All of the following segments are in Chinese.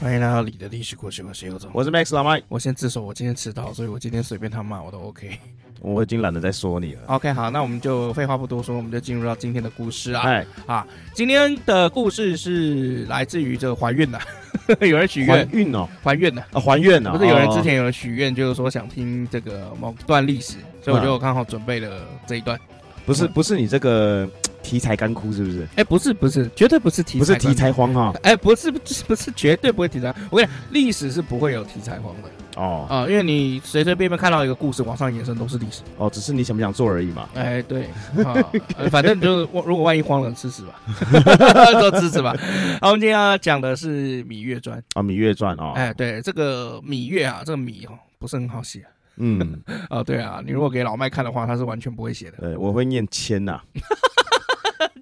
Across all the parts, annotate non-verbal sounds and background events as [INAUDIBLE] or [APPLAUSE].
欢迎来到你的历史故事，我是尤总。我是 Max 老麦，我先自首，我今天迟到，所以我今天随便他骂我都 OK。我已经懒得再说你了。 OK，好，那我们就废话不多说，我们就进入到今天的故事啊。哎，啊，今天的故事是来自于这个怀孕的， [LAUGHS] 有人许还愿愿哦，怀孕的，啊，还愿哦，不是有人之哦前有人许愿，就是说想听这个某段历史，所以啊我就刚好准备了这一段。哦不是不是你这个题材干枯是不是？哎，不是不是，绝对不是题材，不是题。材荒哈哎，不是，不是，不是，绝对不会题材。我跟你讲，历史是不会有题材荒的哦啊、因为你随随便便看到一个故事，往上延伸都是历史。哦，只是你想不想做而已嘛。哎，对， [LAUGHS] 啊、呃反正就是我如果万一慌了，吃屎吧， [LAUGHS] 说吃屎吧。好，我们今天要讲的是芈月传。啊，《芈月传》哦，哎，对，这个芈月啊，这个芈哦，不是很好写啊、嗯，对啊，你如果给老麦看的话，他是完全不会写的。对，我会念千 [LAUGHS] 呐，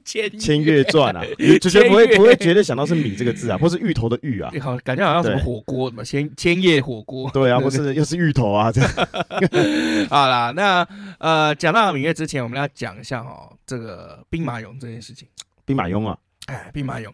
千《千月传》啊，你绝对不会千月不会绝对想到是米这个字啊，或是芋头的芋啊。哎好，感觉好像什么对火锅什么千千叶火锅。 [LAUGHS] 对啊，或是又是芋头啊，这样 [LAUGHS] 好啦，那呃，讲到芈月之前，我们要讲一下哦，这个兵马俑这件事情。兵马俑啊，哎，兵马俑，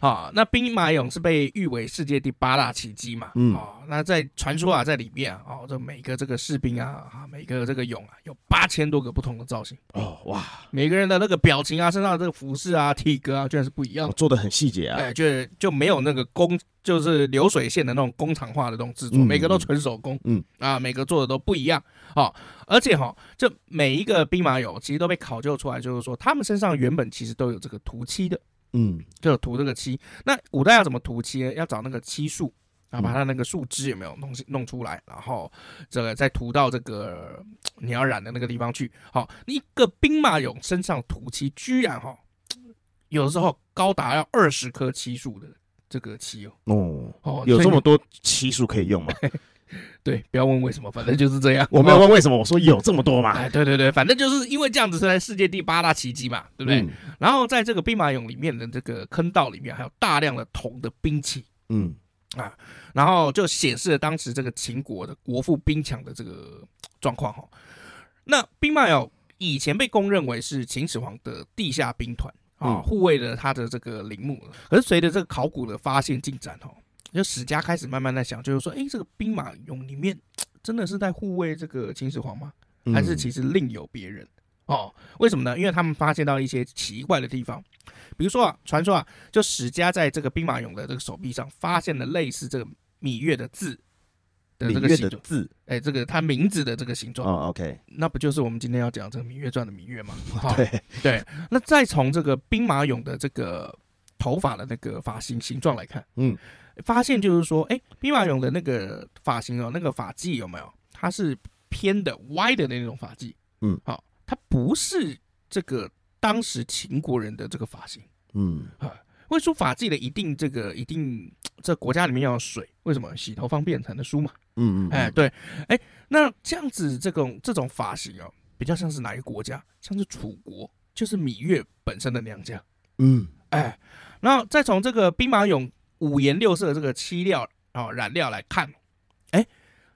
啊，那兵马俑是被誉为世界第八大奇迹嘛？嗯哦，那在传说啊，在里面啊，哦，这每个这个士兵啊，啊，每个这个俑啊，有八千多个不同的造型。哦哇，每个人的那个表情啊，身上的这个服饰啊、体格啊，居然是不一样哦的。做的很细节啊，哎，就就没有那个工，就是流水线的那种工厂化的那种制作，嗯每个都纯手工，嗯啊，每个做的都不一样哦。而且哈、这每一个兵马俑其实都被考究出来，就是说他们身上原本其实都有这个涂漆的，嗯，就有涂这个漆。那古代要怎么涂漆呢？要找那个漆树啊，嗯把它那个树枝有没有弄弄出来，然后这个再涂到这个呃你要染的那个地方去。好，一个兵马俑身上涂漆居然哈、有的时候高达要二十颗漆树的这个漆哦。哦，哦，有所以这么多期数可以 [LAUGHS] 用吗？对，不要问为什么，反正就是这样。我没有哦。问为什么，我说有这么多嘛，哎，对对对，反正就是因为这样子，是在世界第八大奇迹嘛，对不对？嗯？然后在这个兵马俑里面的这个坑道里面，还有大量的铜的兵器，嗯，然后就显示了当时这个秦国的国富兵强的这个状况哈。那兵马俑以前被公认为是秦始皇的地下兵团啊，嗯护卫了他的这个陵墓。可是随着这个考古的发现进展哈，就史家开始慢慢在想，就是说，诶，这个兵马俑里面嘖真的是在护卫这个秦始皇吗？嗯还是其实另有别人？哦，为什么呢？因为他们发现到一些奇怪的地方，比如说啊，传说啊，就史家在这个兵马俑的这个手臂上发现了类似这个芈月的字的这芈个月形的状，字哎，这个他名字的这个形状，哦，OK，那不就是我们今天要讲这个《芈月传》的芈月吗？好 [LAUGHS] 对，对，那再从这个兵马俑的这个头发的那个发型形状来看，嗯，发现就是说，哎，兵马俑的那个发型哦，那个发髻有没有？它是偏的歪的那种发髻，嗯，好、它不是这个当时秦国人的这个发型。嗯，会梳发髻的一定这个一定这国家里面要有水，为什么洗头方便才能梳嘛？嗯嗯，哎，哎，对，哎，那这样子这种这种发型哦，比较像是哪一个国家？像是楚国，就是芈月本身的娘家。嗯，哎，然后再从这个兵马俑五颜六色的这个漆料哦染料来看，哎，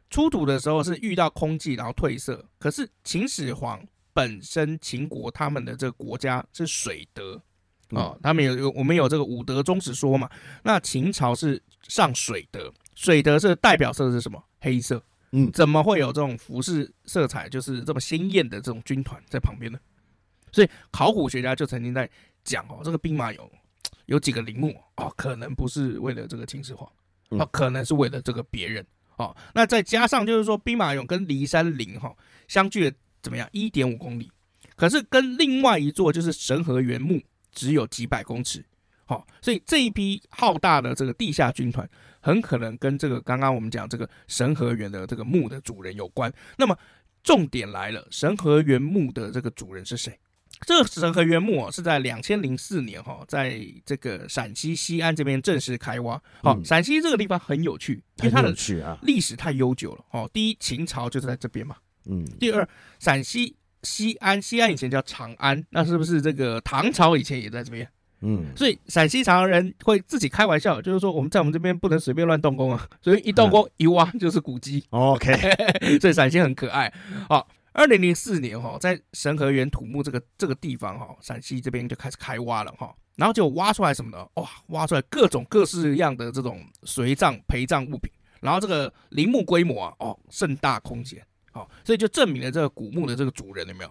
出土的时候是遇到空气然后褪色，可是秦始皇本身秦国他们的这个国家是水德。哦，他们有有我们有这个五德宗旨说嘛，那秦朝是上水德，水德是代表色是什么？黑色。嗯怎么会有这种服饰色彩就是这么鲜艳的这种军团在旁边呢？所以考古学家就曾经在讲哦，这个兵马俑有几个陵墓哦，可能不是为了这个秦始皇，哦嗯，可能是为了这个别人哦。那再加上就是说，兵马俑跟骊山陵哈、相距了怎么样一点五公里，可是跟另外一座就是神河原墓只有几百公尺。好、所以这一批浩大的这个地下军团，很可能跟这个刚刚我们讲这个神河园的这个墓的主人有关。那么重点来了，神和原木的这个主人是谁？这个神和原木哦，是在两千零四年哈、哦，在这个陕西西安这边正式开挖。好、嗯陕西这个地方很有趣，因为它很有的趣啊，历史太悠久了。哦，第一，秦朝就是在这边嘛。嗯，第二，陕西西安，西安以前叫长安，那是不是这个唐朝以前也在这边？嗯，所以陕西常人会自己开玩笑，就是说我们在我们这边不能随便乱动工啊，所以一动工一挖就是古迹， OK，哎所以陕西很可爱。好，二零零四年哈、哦，在神河园土木这个这个地方哈、哦，陕西这边就开始开挖了哈、然后就挖出来什么呢？哇，挖出来各种各式样的这种随葬陪葬物品，然后这个陵墓规模啊，哦，盛大空前，好、所以就证明了这个古墓的这个主人有没有？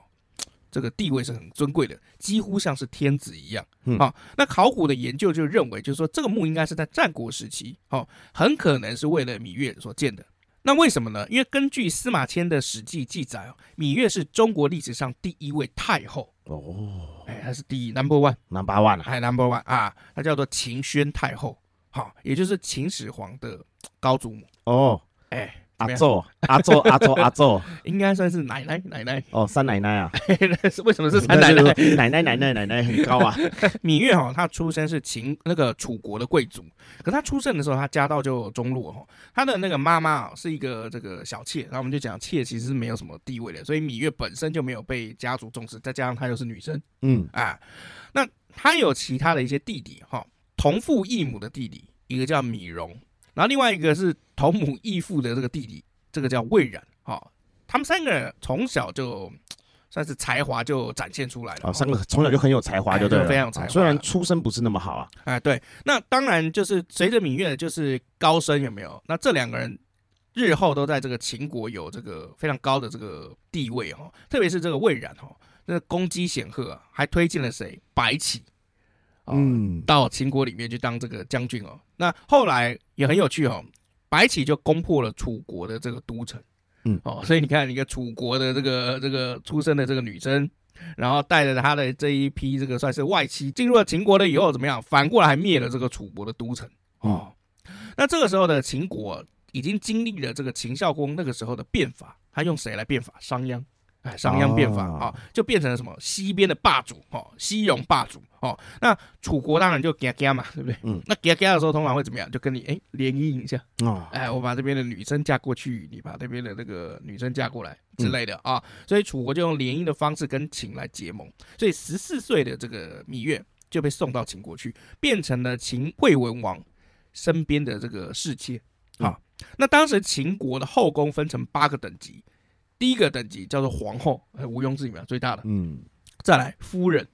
这个地位是很尊贵的，几乎像是天子一样。嗯好、那考古的研究就认为，就是说这个墓应该是在战国时期，哦，很可能是为了芈月所建的。那为什么呢？因为根据司马迁的《史记》记载哦，芈月是中国历史上第一位太后，哦哎，她是第一 number one， ，Number One 啊，还 number one 啊，她叫做秦宣太后，好、也就是秦始皇的高祖母，哦，哎，怎么阿样宙，阿宙，阿宙，阿宙，应该算是奶奶奶奶， [LAUGHS] 哦，三奶奶啊，是为什么是三嗯奶 [LAUGHS] 奶奶？奶，奶奶，奶奶很高啊，芈月哈、她出身是秦那个楚国的贵族，可她出生的时候，她家道就中落哈、她的那个妈妈啊是一个这个小妾，然后我们就讲妾其实是没有什么地位的，所以芈月本身就没有被家族重视，再加上她又是女生嗯，啊，那她有其他的一些弟弟哈、同父异母的弟弟，一个叫芈戎，然后另外一个是同母异父的这个弟弟，这个叫魏冉哈、他们三个人从小就算是才华就展现出来了哈、哦，三个从小就很有才华，哎就对了，就非常有才华虽然出身不是那么好啊，啊，对，那当然就是随着芈月就是高升有没有？那这两个人日后都在这个秦国有这个非常高的这个地位哦，特别是这个魏冉哦，那功绩显赫、啊，还推荐了谁？白起，哦、，嗯，到秦国里面去当这个将军哦。那后来也很有趣哦，白起就攻破了楚国的这个都城，嗯哦，所以你看一个楚国的这个这个出生的这个女生，然后带着她的这一批这个算是外戚进入了秦国了以后怎么样？反过来还灭了这个楚国的都城哦。那这个时候的秦国已经经历了这个秦孝公那个时候的变法，他用谁来变法？商鞅。哎，商鞅变法啊、哦哦就变成了什么西边的霸主哦，西戎霸主哦。那楚国当然就嘎嘎嘛，对不对？嗯那嘎嘎的时候，通常会怎么样？就跟你哎联姻一下，哦，哎，我把这边的女生嫁过去，你把这边的那个女生嫁过来之类的啊。所以楚国就用联姻的方式跟秦来结盟，所以十四岁的这个芈月就被送到秦国去，变成了秦惠文王身边的这个侍妾。好，那当时秦国的后宫分成八个等级，第一个等级叫做皇后，呃毋庸置疑嘛，最大的。嗯，再来夫人，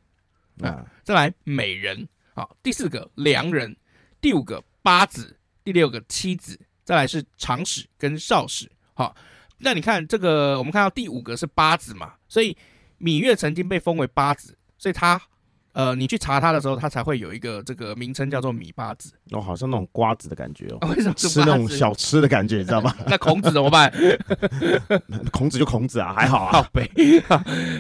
啊，再来美人，好，第四个良人，第五个八子，第六个妻子，再来是长史跟少史，好，那你看这个，我们看到第五个是八子嘛，所以芈月曾经被封为八子，所以她，呃，你去查她的时候，她才会有一个这个名称叫做芈八子。 [LAUGHS] 哦，好像那种瓜子的感觉哦。为什么是吃那种八子？小吃的感觉，你知道吧？ [LAUGHS] 那孔子怎 [LAUGHS] 么办？孔子就孔子啊，还好 [LAUGHS] 啊。靠北。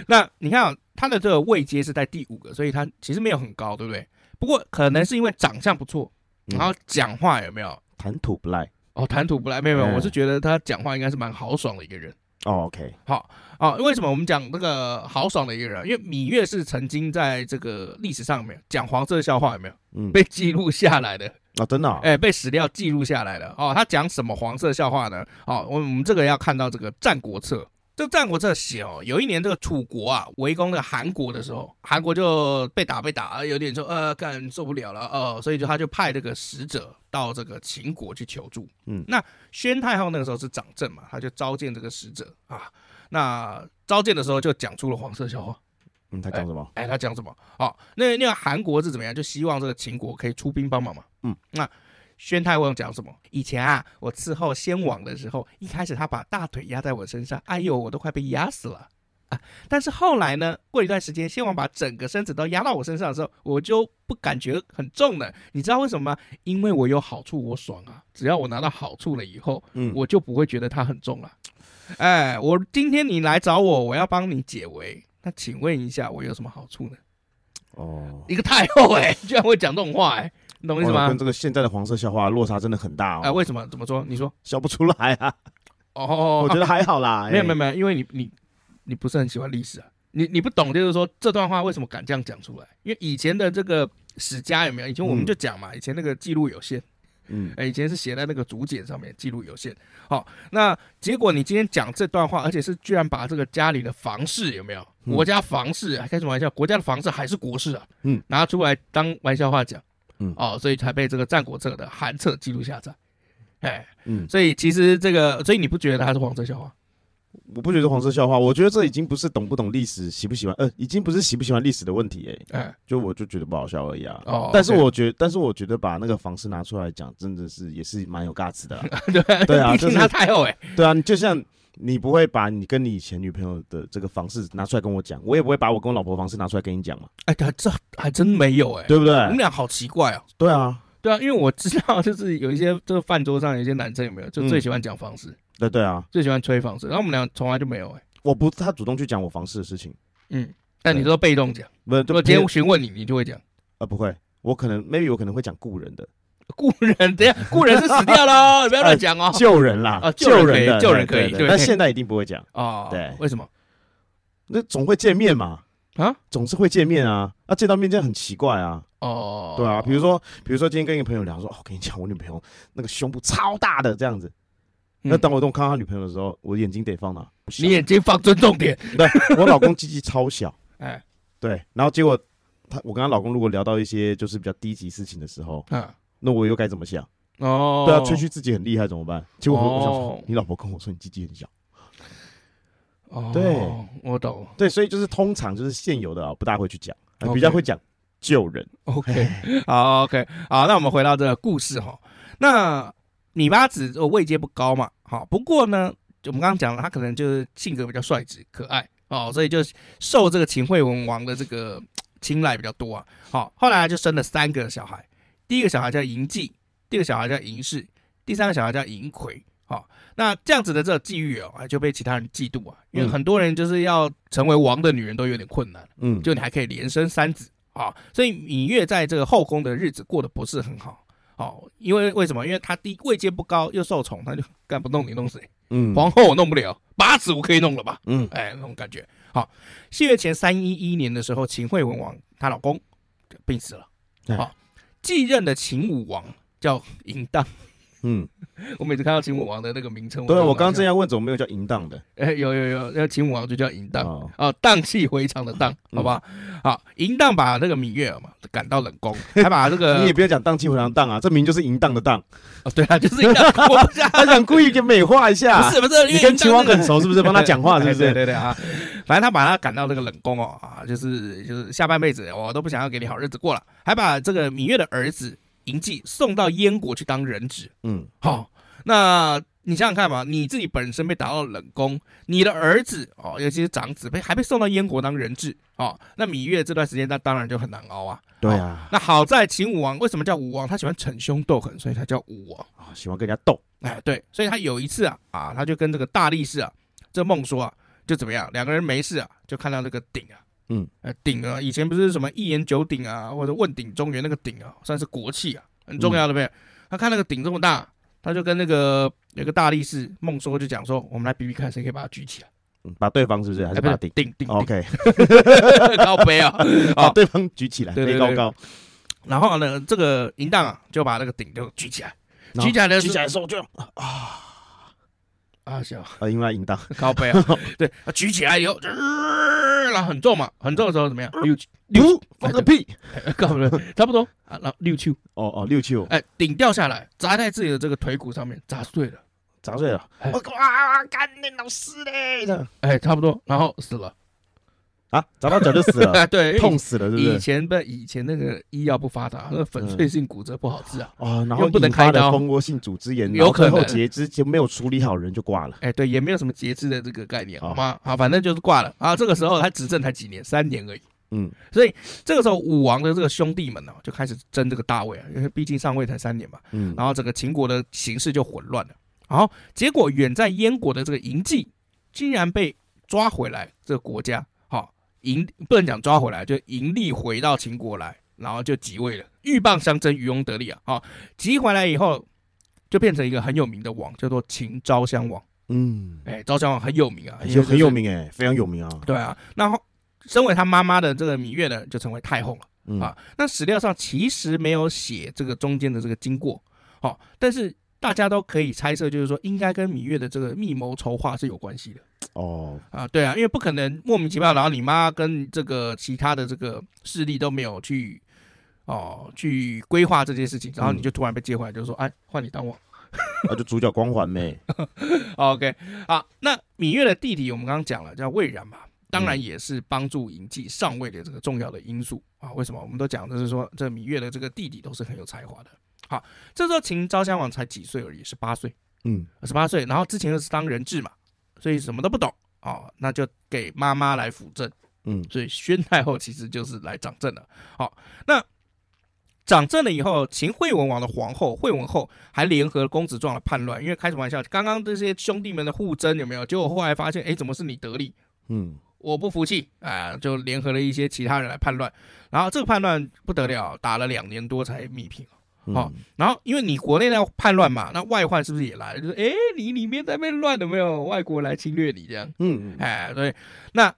那你看、啊，他的这个位阶是在第五个，所以他其实没有很高，对不对？不过可能是因为长相不错，嗯然后讲话有没有？谈吐不赖哦，谈吐不来，没有没有，嗯我是觉得他讲话应该是蛮豪爽的一个人。哦，OK，好哦，为什么我们讲这个豪爽的一个人？因为芈月是曾经在这个历史上有没有讲黄色笑话有没有嗯，被记录下来的？哦，真的哦，哎、被史料记录下来了。哦，他讲什么黄色笑话呢？哦，我我们这个要看到这个《战国策》。这《战国策》写哦，有一年这个楚国啊围攻这个韩国的时候，韩国就被打被打，有点说呃干受不了了哦、所以就他就派这个使者到这个秦国去求助。嗯那宣太后那个时候是掌政嘛，他就召见这个使者啊。那召见的时候就讲出了黄色笑话。嗯，他讲什么？哎，他讲什么？哦，那那个韩国是怎么样？就希望这个秦国可以出兵帮忙嘛。嗯，那宣太后讲什么？以前啊，我伺候先王的时候，一开始他把大腿压在我身上，哎呦，我都快被压死了啊！但是后来呢，过一段时间，先王把整个身子都压到我身上的时候，我就不感觉很重了。你知道为什么吗？因为我有好处，我爽啊！只要我拿到好处了以后，嗯，我就不会觉得它很重了。哎，我今天你来找我，我要帮你解围。那请问一下，我有什么好处呢？哦，一个太后哎、居然会讲这种话哎、你懂我意思哇吗跟？这个现在的黄色笑话落差真的很大哎、哦，为什么？怎么说？你说笑不出来啊。哦， [LAUGHS] 我觉得还好啦。没哎有没有没有，因为你你你不是很喜欢历史啊，你你不懂，就是说这段话为什么敢这样讲出来？因为以前的这个史家有没有？以前我们嗯就讲嘛，以前那个记录有限，嗯，哎，以前是写在那个竹简上面，记录有限。好、那结果你今天讲这段话，而且是居然把这个家里的房事有没有？嗯国家房事还开什么玩笑？国家的房事还是国事啊？嗯，拿出来当玩笑话讲，嗯哦，所以才被这个《战国策》的韩策记录下载。哎，嗯所以其实这个，所以你不觉得它是黄色笑话？我不觉得黄色笑话，我觉得这已经不是懂不懂历史、喜不喜欢，呃，已经不是喜不喜欢历史的问题，哎，哎， [LAUGHS] 就我就觉得不好笑而已啊。哦，但是 OK 我觉但是我觉得把那个房事拿出来讲，真的是也是蛮有尬词的啦。对对啊毕竟就是他太后哎，对啊，你就像你不会把你跟你以前女朋友的这个房事拿出来跟我讲，我也不会把我跟我老婆房事拿出来跟你讲嘛，哎，他这还真没有哎，对不我们对？俩好奇怪哦。对啊，对啊，因为我知道，就是有一些这个饭桌上有一些男生有没有，嗯就最喜欢讲房事，对对啊，最喜欢吹房事，然后我们俩从来就没有哎，我不是他主动去讲我房事的事情，嗯，但对你都被动讲，不是如就果今天别询问你，你就会讲呃不会，我可能 maybe 我可能会讲故人的故人， [LAUGHS] 等一下故人是死掉了哦，你不要乱 [LAUGHS] 讲哦。救人啦啊，救救人可以的救人对可以对对但现在一定不会讲，哦，对为什么那总会见面嘛，啊？总是会见面啊，那、见到面这样很奇怪啊，哦，对啊，比如说比如说今天跟一个朋友聊说，哦，我跟你讲，我女朋友那个胸部超大的这样子，嗯那当我动看到他女朋友的时候，我眼睛得放哪？不行你眼睛放尊重点，对，我老公鸡鸡超小，哎，对，然后结果他，我跟她老公如果聊到一些就是比较低级事情的时候，嗯，那我又该怎么想？哦，对啊，吹嘘自己很厉害怎么办？结果我我想哦说，你老婆跟我说你鸡鸡很小，哦，对我懂对，所以就是通常就是现有的啊，不大会去讲，啊哦 OK 比较会讲救人。 ，OK。好，OK，好，那我们回到这个故事哈。那米八子呃位阶不高嘛，好，不过呢，我们刚刚讲了，他可能就是性格比较率直可爱哦，所以就受这个秦惠文王的这个青睐比较多啊。好，后来他就生了三个小孩，第一个小孩叫嬴稷，第二个小孩叫嬴氏，第三个小孩叫嬴魁。好，那这样子的这个际遇哦，就被其他人嫉妒啊，因为嗯很多人就是要成为王的女人都有点困难。嗯，就你还可以连生三子啊、所以芈月在这个后宫的日子过得不是很好哦，因为为什么？因为她第一位阶不高，又受宠，她就干不弄你弄谁？嗯皇后我弄不了，八子我可以弄了吧？嗯哎，那种感觉。好，西元前三一一年的时候，秦惠文王她老公病死了，哎好，继任的秦武王叫嬴荡。嗯， [LAUGHS] 我每次看到秦武王的那个名称，对，啊都我刚刚这正样，要问怎么没有叫淫荡的哎，有有有，那秦武王就叫嬴荡。哦哦，荡气回肠的荡， [LAUGHS] 嗯好不好？好，淫荡把那个芈月儿嘛赶到冷宫，还把这个你也不要讲荡气回肠荡啊，这明明就是淫荡的荡，哦，对啊，就是一样，我不想，他想故意给美化一 [LAUGHS] 下。不是不是，啊因为你跟淫荡秦王这个很熟是不是？帮他讲话是不 [LAUGHS] 对是？对对啊，反正他把他赶到那个冷宫哦啊，就是就是下半辈子我都不想要给你好日子过了，还把这个芈月的儿子嬴稷送到燕国去当人质。嗯，好、那你想想看嘛，你自己本身被打到冷宫，你的儿子哦，尤其是长子被还被送到燕国当人质哦，那芈月这段时间那当然就很难熬啊。对啊，那好在秦武王为什么叫武王？他喜欢逞凶斗狠，所以他叫武王。啊喜欢跟人家斗。哎，对，所以他有一次啊啊，他就跟这个大力士啊，这孟说啊，就怎么样，两个人没事啊，就看到那个鼎啊，嗯，呃，鼎啊，以前不是什么一言九鼎啊，或者问鼎中原那个鼎啊，算是国器啊，很重要的呗。他看那个鼎这么大，他就跟那个有个大力士孟说就讲说，我们来比比看谁可以把它举起来，嗯把对方是不是还哎是不把他顶是哦鼎鼎鼎， [LAUGHS] ？OK，高杯 [LAUGHS] 啊，把好，对方举起来，对对飞高对高，然后呢，这个淫荡啊就把那个鼎就举起来，然后举起来的举时起候来的时候就啊，行。呃，因为他淫荡，高背 [LAUGHS] 啊，对，他举起来以后，呃然后很重嘛，很重的时候怎么 [LAUGHS] 样？六七六噗，放个屁！高不对差不多啊，然后六七，哦哦，六七五哎，顶掉下来，砸在自己的这个腿骨上面，砸碎了，砸碎了，哎我哇，啊干你老师嘞！这样哎，差不多，然后死了，啊，砸到脚就死了， [LAUGHS] 哎，对，痛。死了，是不以是？前不，以前那个医药不发达，那粉碎性骨折不好治啊。哦，然又后不能引发开刀了蜂窝性组织炎，有可然能后最后截肢，就没有处理好，人就挂了。哎，对，也没有什么截肢的这个概念，哦好吗？好，反正就是挂了啊。这个时候他执政才几年，三年而已。嗯，所以这个时候武王的这个兄弟们呢、就开始争这个大位啊，因为毕竟上位才三年嘛。嗯，然后整个秦国的形势就混乱了。然后结果远在燕国的这个嬴稷，竟然被抓回来这个国家，好、盈不能讲抓回来，就盈利回到秦国来，然后就即位了，鹬蚌相争，渔翁得利啊！好、即回来以后，就变成一个很有名的王，叫做秦昭襄王。嗯，哎，赵襄王很有名啊，因为就就是很有。名哎，非常有名啊。对啊，然后身为他妈妈的这个芈月呢，就成为太后了。嗯啊，那史料上其实没有写这个中间的这个经过，好、但是大家都可以猜测，就是说应该跟芈月的这个密谋筹划是有关系的哦，啊，对啊，因为不可能莫名其妙，然后你妈跟这个其他的这个势力都没有去哦去规划这件事情，嗯然后你就突然被接回来，就说哎，换你当王。那就主角光环呗。 OK，好，那芈月的弟弟我们刚刚讲了，叫魏冉嘛，当然也是帮助嬴稷上位的这个重要的因素啊。为什么？我们都讲的是说，这芈月的这个弟弟都是很有才华的。好，这时候秦昭襄王才几岁而已，十八岁，呃嗯，十八岁，然后之前又是当人质嘛，所以什么都不懂哦，那就给妈妈来辅政。嗯所以宣太后其实就是来掌政了。好，那掌政了以后，秦惠文王的皇后惠文后还联合公子壮的叛乱，因为开什么玩笑，刚刚这些兄弟们的互争有没有？结果后来发现，哎，怎么是你得利？嗯，我不服气啊、就联合了一些其他人来叛乱，然后这个叛乱不得了，打了两年多才弭平。好嗯，然后因为你国内在叛乱嘛，那外患是不是也来了？就是哎，你里面在被乱有没有？外国来侵略你这样。嗯，哎，对，那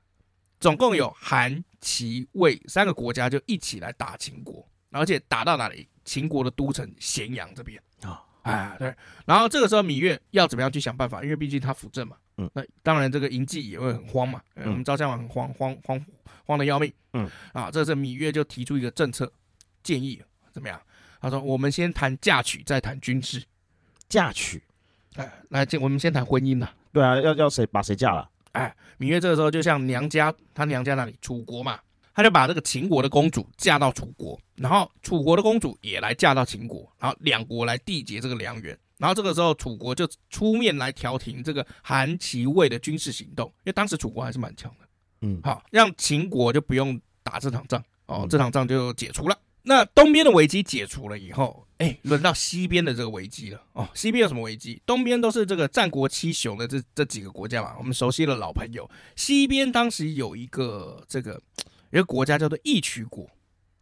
总共有韩、齐、魏三个国家就一起来打秦国，而且打到哪里？秦国的都城咸阳这边啊哎，对。然后这个时候芈月要怎么样去想办法？因为毕竟她辅政嘛，嗯，那当然这个嬴稷也会很慌嘛，呃我们赵襄王很慌，慌慌慌的要命，嗯，啊，这时候芈月就提出一个政策建议，怎么样？他说：“我们先谈嫁娶，再谈军事。嫁娶，哎，来，这我们先谈婚姻呐。对啊，要要谁把谁嫁了？哎，芈月这个时候就像娘家，她娘家那里楚国嘛，她就把这个秦国的公主嫁到楚国，然后楚国的公主也来嫁到秦国，然后两国来缔结这个良缘。然后这个时候，楚国就出面来调停这个韩、齐、魏的军事行动，因为当时楚国还是蛮强的。嗯，好，让秦国就不用打这场仗哦，嗯这场仗就解除了。那东边的危机解除了以后，哎，轮到西边的这个危机了哦。西边有什么危机？东边都是这个战国七雄的这这几个国家嘛，我们熟悉的老朋友。西边当时有一个这个有一个国家叫做义渠国，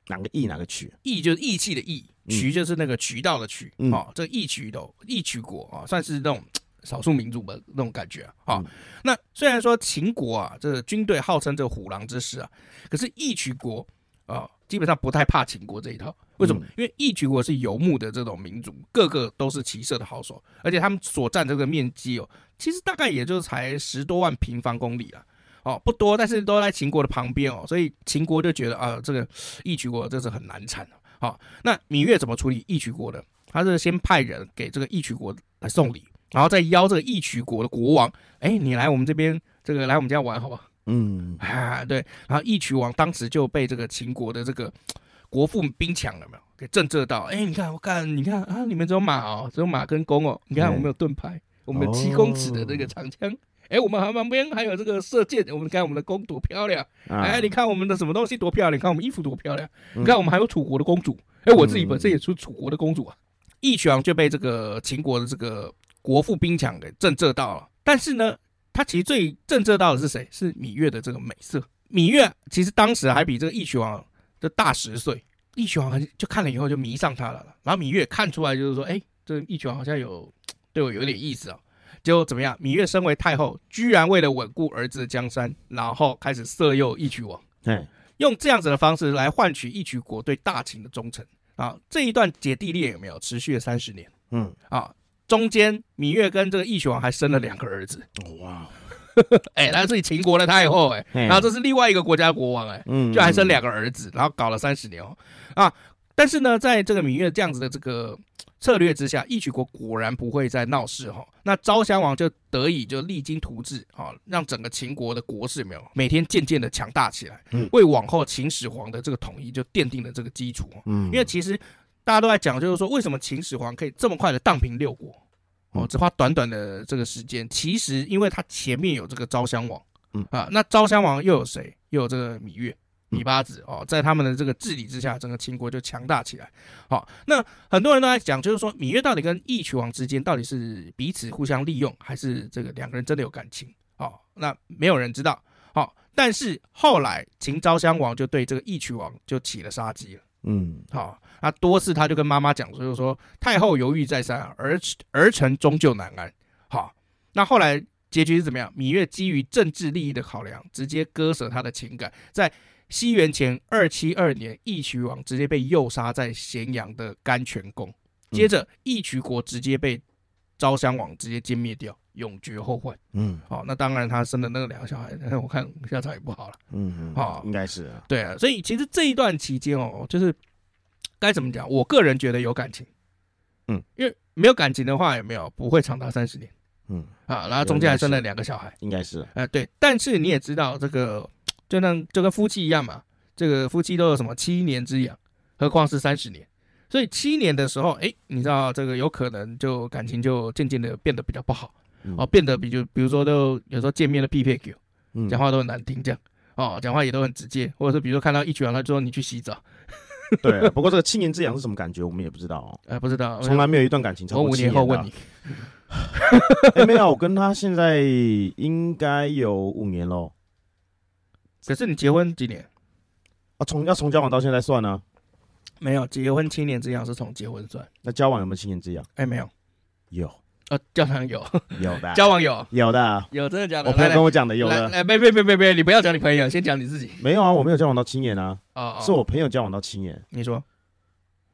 哪个义哪个娶？义就是义气的义，嗯渠就是那个渠道的渠、嗯哦，这个义渠的义渠国啊、哦，算是那种嘖少数民族的那种感觉啊、哦嗯那虽然说秦国啊，这个军队号称这个虎狼之师啊，可是义渠国啊、哦基本上不太怕秦国这一套。为什么？嗯因为义渠国是游牧的这种民族，个个都是骑射的好手，而且他们所占这个面积哦，其实大概也就才十多万平方公里啊。哦，不多，但是都在秦国的旁边哦，所以秦国就觉得啊、这个义渠国这是很难缠的。好、那芈月怎么处理义渠国的？他是先派人给这个义渠国来送礼，然后再邀这个义渠国的国王，哎，你来我们这边，这个来我们家玩好不好？嗯，啊，对，然后义渠王当时就被这个秦国的这个国父兵强了没有给震慑到？哎，你看，我看，你看啊，你们只有马哦，只有马跟弓哦，你看嗯我们有盾牌，我们有七公尺的这个长枪。哎，我们还旁边还有这个射箭，我们看我们的弓多漂亮！啊哎，你看我们的什么东西多漂亮？你看我们衣服多漂亮！嗯你看我们还有楚国的公主，哎，我自己嗯本身也是楚国的公主啊。义渠王就被这个秦国的这个国父兵强给震慑到了，但是呢，他其实最震慑到的是谁？是芈月的这个美色。芈月其实当时还比这个义渠王就大十岁，义渠王很就看了以后就迷上她了啦。然后芈月看出来就是说，哎，这义渠王好像有对我有点意思啊、结果怎么样？芈月身为太后，居然为了稳固儿子的江山，然后开始色诱义渠王。哎，用这样子的方式来换取义渠国对大秦的忠诚啊。这一段姐弟恋有没有持续了三十年嗯，啊？中间芈月跟这个义渠王还生了两个儿子，哇， [LAUGHS] 嗯哎、来自于秦国的太后、哎，然然后这是另外一个国家的国王、哎，嗯就还生两个儿子，然后搞了三十年哦啊。但是呢，在这个芈月这样子的这个策略之下，义渠国果然不会再闹事哈、哦。那昭襄王就得以就励精图治啊、哦，让整个秦国的国势有没有每天渐渐的强大起来，嗯为往后秦始皇的这个统一就奠定了这个基础、哦。嗯，因为其实大家都在讲，就是说为什么秦始皇可以这么快的荡平六国，哦，嗯只花短短的这个时间。其实因为他前面有这个昭襄王，嗯啊，那昭襄王又有谁？又有这个芈月。嗯芈八子哦，在他们的这个治理之下，整个秦国就强大起来。好、那很多人都在讲，就是说芈月到底跟义渠王之间到底是彼此互相利用，还是这个两个人真的有感情？哦，那没有人知道。好、但是后来秦昭襄王就对这个义渠王就起了杀机了。嗯好、那多次他就跟妈妈讲，就是说太后犹豫再三啊，儿儿臣终究难安。好、那后来结局是怎么样？芈月基于政治利益的考量，直接割舍她的情感，在西元前二七二年，义渠王直接被诱杀在咸阳的甘泉宫，接着义渠国直接被昭襄王直接歼灭掉，永绝后患。嗯哦，那当然他生的那两个小孩， [LAUGHS] 我看下场也不好了。嗯好应该是啊，对啊，所以其实这一段期间哦，就是该怎么讲，我个人觉得有感情，嗯，因为没有感情的话，有没有不会长达三十年嗯，啊？然后中间还生了两个小孩，应该是啊，哎、对。但是你也知道，这个就像就跟夫妻一样嘛，这个夫妻都有什么七年之痒，何况是三十年。所以七年的时候，哎，你知道这个有可能就感情就渐渐的变得比较不好嗯哦，，变得比就比如说都有时候见面的 P P Q，嗯讲话都很难听，这样哦，讲话也都很直接，或者是比如说看到一拳，他就说你去洗澡，对啊。不过这个七年之痒是什么感觉，我们也不知道哦，呃，不知道，从来没有一段感情超我过五七年后的啊问你，哎，没有，我跟他现在应该有五年喽。可是你结婚几年？啊，从要从交往到现在算呢、没有，结婚七年之痒是从结婚算，那交往有没有七年之痒？哎，没有，有，呃，交往有，有的啊， [LAUGHS] 交往有，有的啊。有真的假的？我朋友来跟我讲的，有来的。来，别别别别别，你不要讲你朋友，先讲你自己。没有啊，我没有交往到七年啊，哦，哦是我朋友交往到七年。你说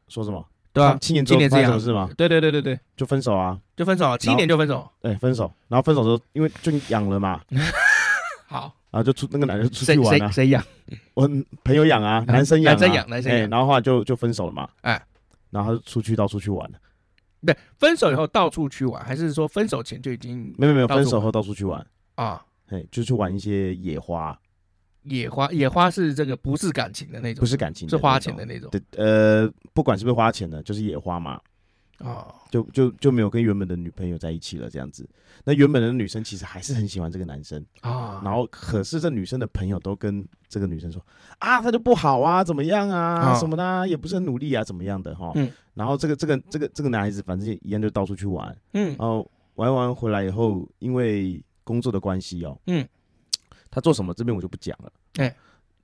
说什么？对啊？七年之后七年之发痒生什么事吗？对对对对对，就分手啊。就分手了，七年就分手，哎，分手，然后分手之后，因为就养了嘛，好，然后就出那个男的就出谁去玩嗯谁啊，谁养？我朋友养啊，男生养啊，男生养男生养哎然后后来就就分手了嘛，哎，然后他就出去到处去玩了，对，分手以后到处去玩，还是说分手前就已经没有没有，到处分手后到处去玩，啊？哎，就去玩一些野花，野花，野花是这个不是感情的那种，不是感情的是那种，花钱的那种对，呃，不管是不是花钱的，就是野花嘛，哦，就就就没有跟原本的女朋友在一起了，这样子。那原本的女生其实还是很喜欢这个男生，啊，然后可是这女生的朋友都跟这个女生说啊，他就不好啊，怎么样啊，啊什么的啊，也不是很努力啊，怎么样的哈。嗯然后这个这个这个这个男孩子，反正也一样就到处去玩，嗯然后玩完回来以后，因为工作的关系哦，嗯，他做什么这边我就不讲了。哎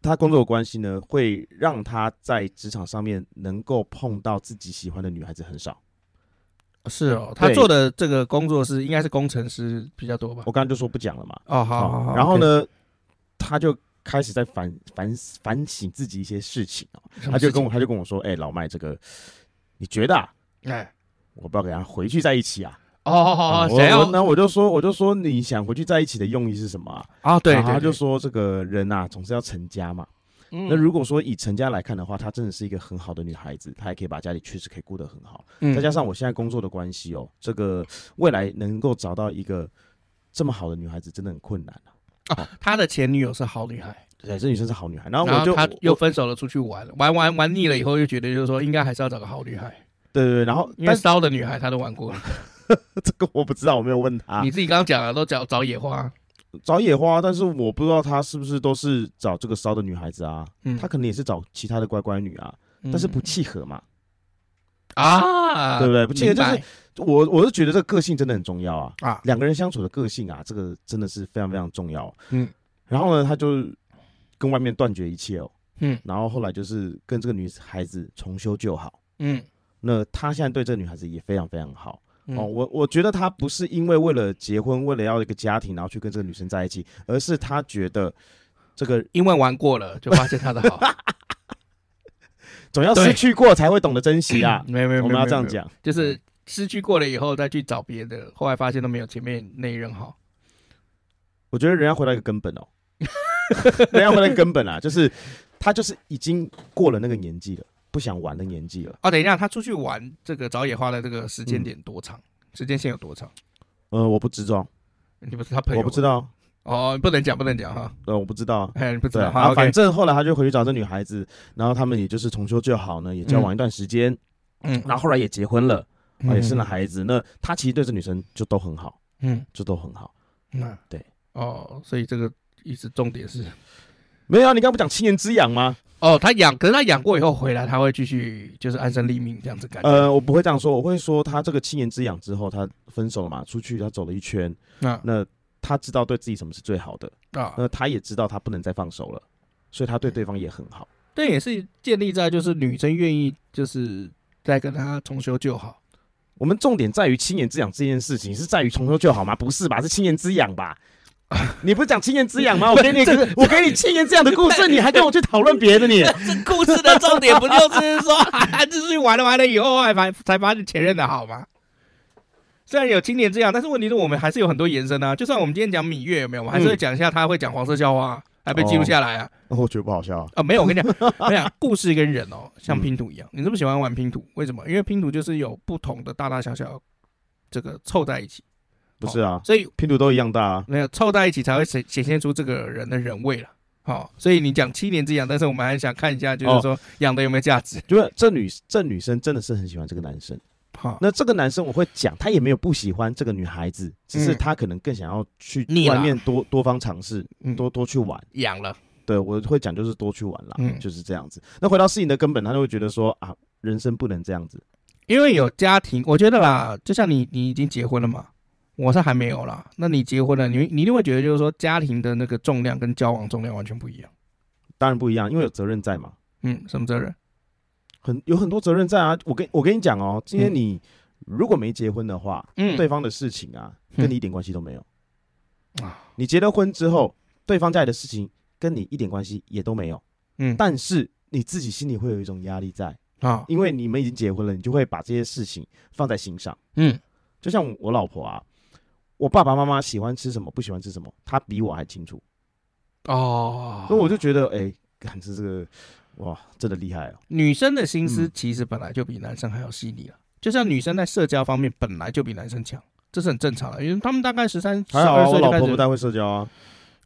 他工作的关系呢，会让他在职场上面能够碰到自己喜欢的女孩子很少。是哦，嗯他对做的这个工作是应该是工程师比较多吧？我刚刚就说不讲了嘛。哦，好好好，啊然后呢，他就开始在反反反省自己一些事情哦 OK，什他么就事情，跟我他就跟我说：“哎、老麦，这个你觉得、啊、哎，我不要跟他回去在一起啊？”哦哦哦，嗯想我要我那我就说我就说你想回去在一起的用意是什么啊？啊，对，然后对他就对说这个人啊，总是要成家嘛。嗯那如果说以成家来看的话，她真的是一个很好的女孩子，她还可以把家里确实可以顾得很好。嗯再加上我现在工作的关系哦，这个未来能够找到一个这么好的女孩子真的很困难啊。他的前女友是好女孩，对，这女生是好女孩，然后然我就后他我又分手了，出去玩，玩玩玩腻了以后，又觉得就是说应该还是要找个好女孩，对对对，然后因为但是啊骚的女孩他都玩过了，这个我不知道，我没有问她你自己刚刚讲了，都找找野花，啊找野花，但是我不知道她是不是都是找这个骚的女孩子啊，嗯她可能也是找其他的乖乖女啊，但是不契合嘛。啊，对不对不记得就是明白我我是觉得这个个性真的很重要啊，啊两个人相处的个性啊，这个真的是非常非常重要。啊嗯，然后呢，他就跟外面断绝一切哦。嗯然后后来就是跟这个女孩子重修旧好。嗯那他现在对这个女孩子也非常非常好、嗯哦。我我觉得他不是因为为了结婚，为了要一个家庭，然后去跟这个女生在一起，而是他觉得这个因为玩过了就发现他的 [LAUGHS] 好，总要对。失去过才会懂得珍惜啊 [CLEARS THROAT] 没有没有，我们没有要这样，没有讲，就是失去过了以后再去找别的，后来发现都没有前面那一任好。我觉得人要回到一个根本哦， [LAUGHS] 人要回到一个根本啊，就是他就是已经过了那个年纪了，不想玩的年纪了。哦，等一下，他出去玩这个找野花的这个时间点多长？嗯时间线有多长？呃，我不知道，你不是他朋友？我不知道，哦，不能讲，不能讲哈。 [LAUGHS] 呃，我不知道啊。哎，你不知对道啊，哈啊， ，OK。反正后来他就回去找这女孩子，然后他们也就是重修旧好呢，也交往一段时间，嗯，然后后来也结婚了，啊嗯也生了。孩子。那他其实对这女生就都很好，嗯，就都很好。那对。哦，所以这个一直重点是，没有啊，你刚不讲七年之痒吗？哦，他养，可是他养过以后回来，他会继续就是安身立命这样子感觉。呃，我不会这样说，我会说他这个七年之痒之后，他分手了嘛，出去他走了一圈，那那他知道对自己什么是最好的，啊，那他也知道他不能再放手了，所以他对对方也很好。这也是建立在就是女生愿意就是再跟他重修旧好，我们重点在于亲眼之养这件事情，是在于从头就好吗？不是吧？是亲眼之养 [LAUGHS] 吧？你不是讲亲眼之养吗？我给你一个，我给你亲眼之养的故事，你还跟我去讨论别的你？ [LAUGHS] 这故事的重点不就是说， [LAUGHS] 啊就是去玩了玩了以后，还发才发现前任的好吗？虽然有经典这样，但是问题是我们还是有很多延伸啊。就算我们今天讲芈月有没有，我们还是会讲一下他会讲黄色笑话、啊，还被记录下来啊。哦我觉得不好笑啊。啊，没有，我跟你讲，我跟你讲，故事跟人哦，像拼图一样。你这么喜欢玩拼图，为什么？因为拼图就是有不同的大大小小这个凑在一起，不是啊，所以拼图都一样大啊。没有凑在一起才会显显现出这个人的人味了。好、所以你讲七年之痒，但是我们还想看一下，就是说养的有没有价值。就是这女这女生真的是很喜欢这个男生。好、那这个男生我会讲，他也没有不喜欢这个女孩子，只是嗯他可能更想要去腻了外面多多方尝试，嗯多多去玩。养了，对我会讲就是多去玩啦，嗯就是这样子。那回到事情的根本，他就会觉得说啊，人生不能这样子。因为有家庭，我觉得啦，就像你，你已经结婚了嘛，我是还没有啦。那你结婚了，你你一定会觉得就是说家庭的那个重量跟交往重量完全不一样。当然不一样，因为有责任在嘛，嗯，什么责任？很有很多责任在啊。我跟我跟你讲哦，今天你如果没结婚的话，嗯对方的事情啊，嗯跟你一点关系都没有。啊你结了婚之后，对方家里的事情跟你一点关系也都没有，嗯但是你自己心里会有一种压力在，啊因为你们已经结婚了，你就会把这些事情放在心上。嗯就像我老婆啊，我爸爸妈妈喜欢吃什么，不喜欢吃什么，她比我还清楚，哦，所以我就觉得，哎、看这这个，哇，真的厉害哦。女生的心思其实本来就比男生还要细腻了，就像女生在社交方面本来就比男生强，这是很正常的，因为他们大概十三、十还好二啊，岁我就老开婆始不，太会社交啊。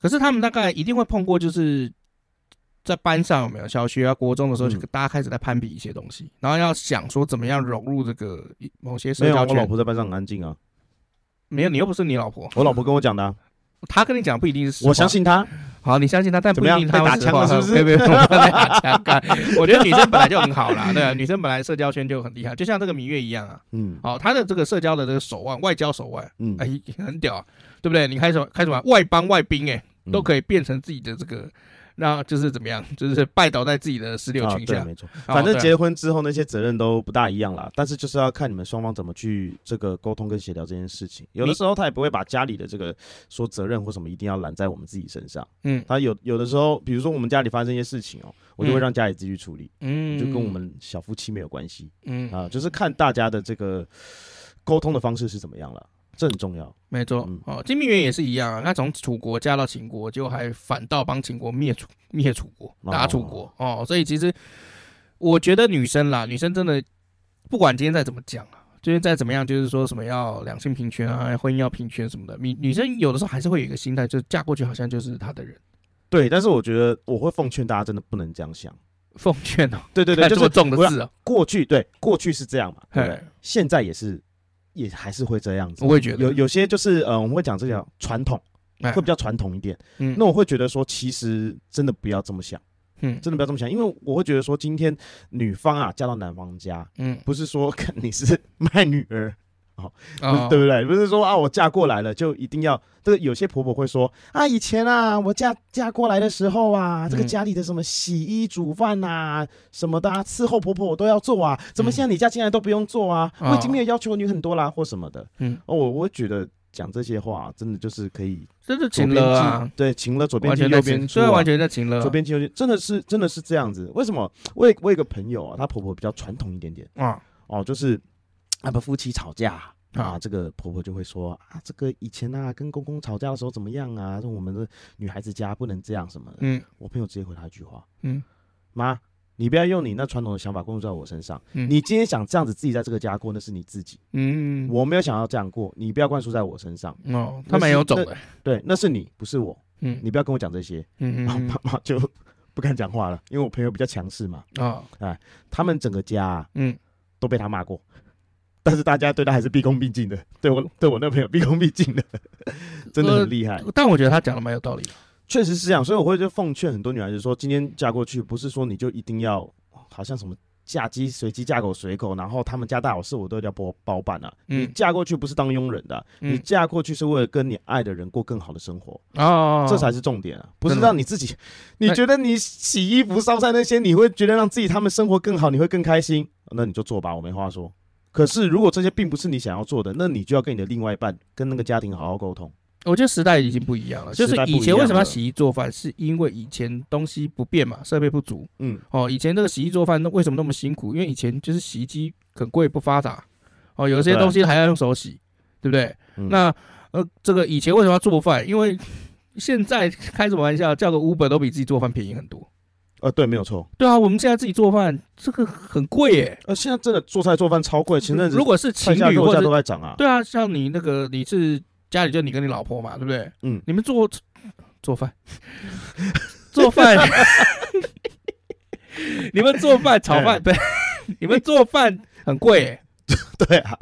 可是他们大概一定会碰过，就是在班上有没有小学啊、国中的时候，就嗯大家开始在攀比一些东西，然后要想说怎么样融入这个某些没社有啊，交我老圈。婆在班上很安静啊。没有，你又不是你老婆， [LAUGHS] 我老婆跟我讲的啊、她跟你讲不一定是实话我相。信她。好，你相信她，但不一定怎么样被她会实打话枪了是不是 [LAUGHS] 没有没有，没有被打枪干。 [LAUGHS] 我觉得女生本来就很好啦，对啊，女生本来社交圈就很厉害，就像这个芈月一样啊。嗯哦，他的这个社交的这个手腕，外交手腕，嗯，哎，很屌、啊，对不对？你开始开始玩外邦外兵、哎，嗯都可以变成自己的这个，那就是怎么样，就是 [LAUGHS] 拜倒在自己的石榴啊，裙对，下。没错。哦反正对结婚之后那些责任都不大一样啦，但是就是要看你们双方怎么去这个沟通跟协调这件事情。有的你时候他也不会把家里的这个说责任或什么一定要揽在我们自己身上。嗯他有有的时候，比如说我们家里发生一些事情哦、我就会嗯让家里自己去处理，嗯，就跟我们小夫妻没有关系嗯，啊，就是看大家的这个沟通的方式是怎么样了，这很重要。没错嗯。哦，金明媛也是一样啊，她从楚国嫁到秦国，就还反倒帮秦国灭楚灭楚国，打楚国哦。所以其实我觉得女生啦，女生真的不管今天再怎么讲啊，就是再怎么样，就是说什么要两性平权啊，婚姻要平权什么的，女女生有的时候还是会有一个心态，就是嫁过去好像就是她的人。对，但是我觉得我会奉劝大家，真的不能这样想。奉劝哦，对对对，看就 [LAUGHS] 这是么重的我要字哦，过去对过去是这样嘛，对不对嘿？现在也是，也还是会这样子。啊我也觉得有有些就是呃，我们会讲这个传统，哎会比较传统一点。嗯那我会觉得说，其实真的不要这么想，嗯真的不要这么想，因为我会觉得说，今天女方啊嫁到男方家，嗯，不是说 [LAUGHS] 看你是卖女儿，不是哦对不对？不是说啊我嫁过来了就一定要这个。有些婆婆会说啊，以前啊我嫁嫁过来的时候啊，这个嗯家里的什么洗衣煮饭呐、什么的、啊，伺候婆婆我都要做啊，怎么嗯现在你家竟然都不用做啊？哦我已经没有要求你很多啦，或什么的。嗯，哦，我我会觉得讲这些话真的就是可以这就左请边了进啊，对，晴了左边完进全右在边请，出对啊、啊，完全在请了啊，左边进右边，真的是真的是这样子。为什么？我有我有一个朋友啊，她婆婆比较传统一点点啊，哦，就是啊，不夫妻吵架。啊，啊这个婆婆就会说啊，这个以前啊跟公公吵架的时候怎么样啊？说我们的女孩子家不能这样什么的。嗯我朋友直接回她一句话：嗯妈，你不要用你那传统的想法灌输在我身上。嗯你今天想这样子自己在这个家过，那是你自己，嗯，我没有想要这样过，你不要灌输在我身上。哦，那他蛮是有种那的，对，那是你，不是我，嗯你不要跟我讲这些。嗯然后嗯 [LAUGHS] 妈妈就不敢讲话了，因为我朋友比较强势嘛，嗯啊，他们整个家、啊、嗯，都被他骂过， [LAUGHS] 但是大家对他还是毕恭毕敬的，对我对我那朋友毕恭毕敬的， [LAUGHS] 真的很厉害，但我觉得他讲的蛮有道理的，呃确实是这样，所以我会就奉劝很多女孩子说，今天嫁过去不是说你就一定要好像什么。嫁鸡随鸡，嫁狗随狗，然后他们家大小事我都要包包办啊。嗯你嫁过去不是当佣人的啊、嗯你嫁过去是为了跟你爱的人过更好的生活。哦，这才是重点啊！不是真的让你自己， [LAUGHS] 你那觉得你洗衣服、烧菜那些，你会觉得让自己他们生活更好，你会更开心，那你就做吧，我没话说。可是如果这些并不是你想要做的，那你就要跟你的另外一半、跟那个家庭好好沟通。我觉得时代已经不一样了，就是时代不一以样前为什么要了洗衣做饭，是因为以前东西不便嘛，设备不足嗯，哦。以前这个洗衣做饭那为什么那么辛苦？因为以前就是洗衣机很贵不发达哦，有些对东西还要用手洗，对不对？嗯那呃，这个以前为什么要做饭？因为现在开什么玩笑，叫个 Uber 都比自己做饭便宜很多。呃，对，没有错。对啊，我们现在自己做饭这个很贵耶。呃，现在真的做菜做饭超贵，前阵子如果是情菜价侣肉或价者都在涨 [LAUGHS] 啊。对啊，像你那个你是家里就你跟你老婆嘛，对不对？嗯，你们做做饭，[LAUGHS] 做饭，你们做饭炒饭不是？ [LAUGHS] 你们做饭很贵、欸，对啊，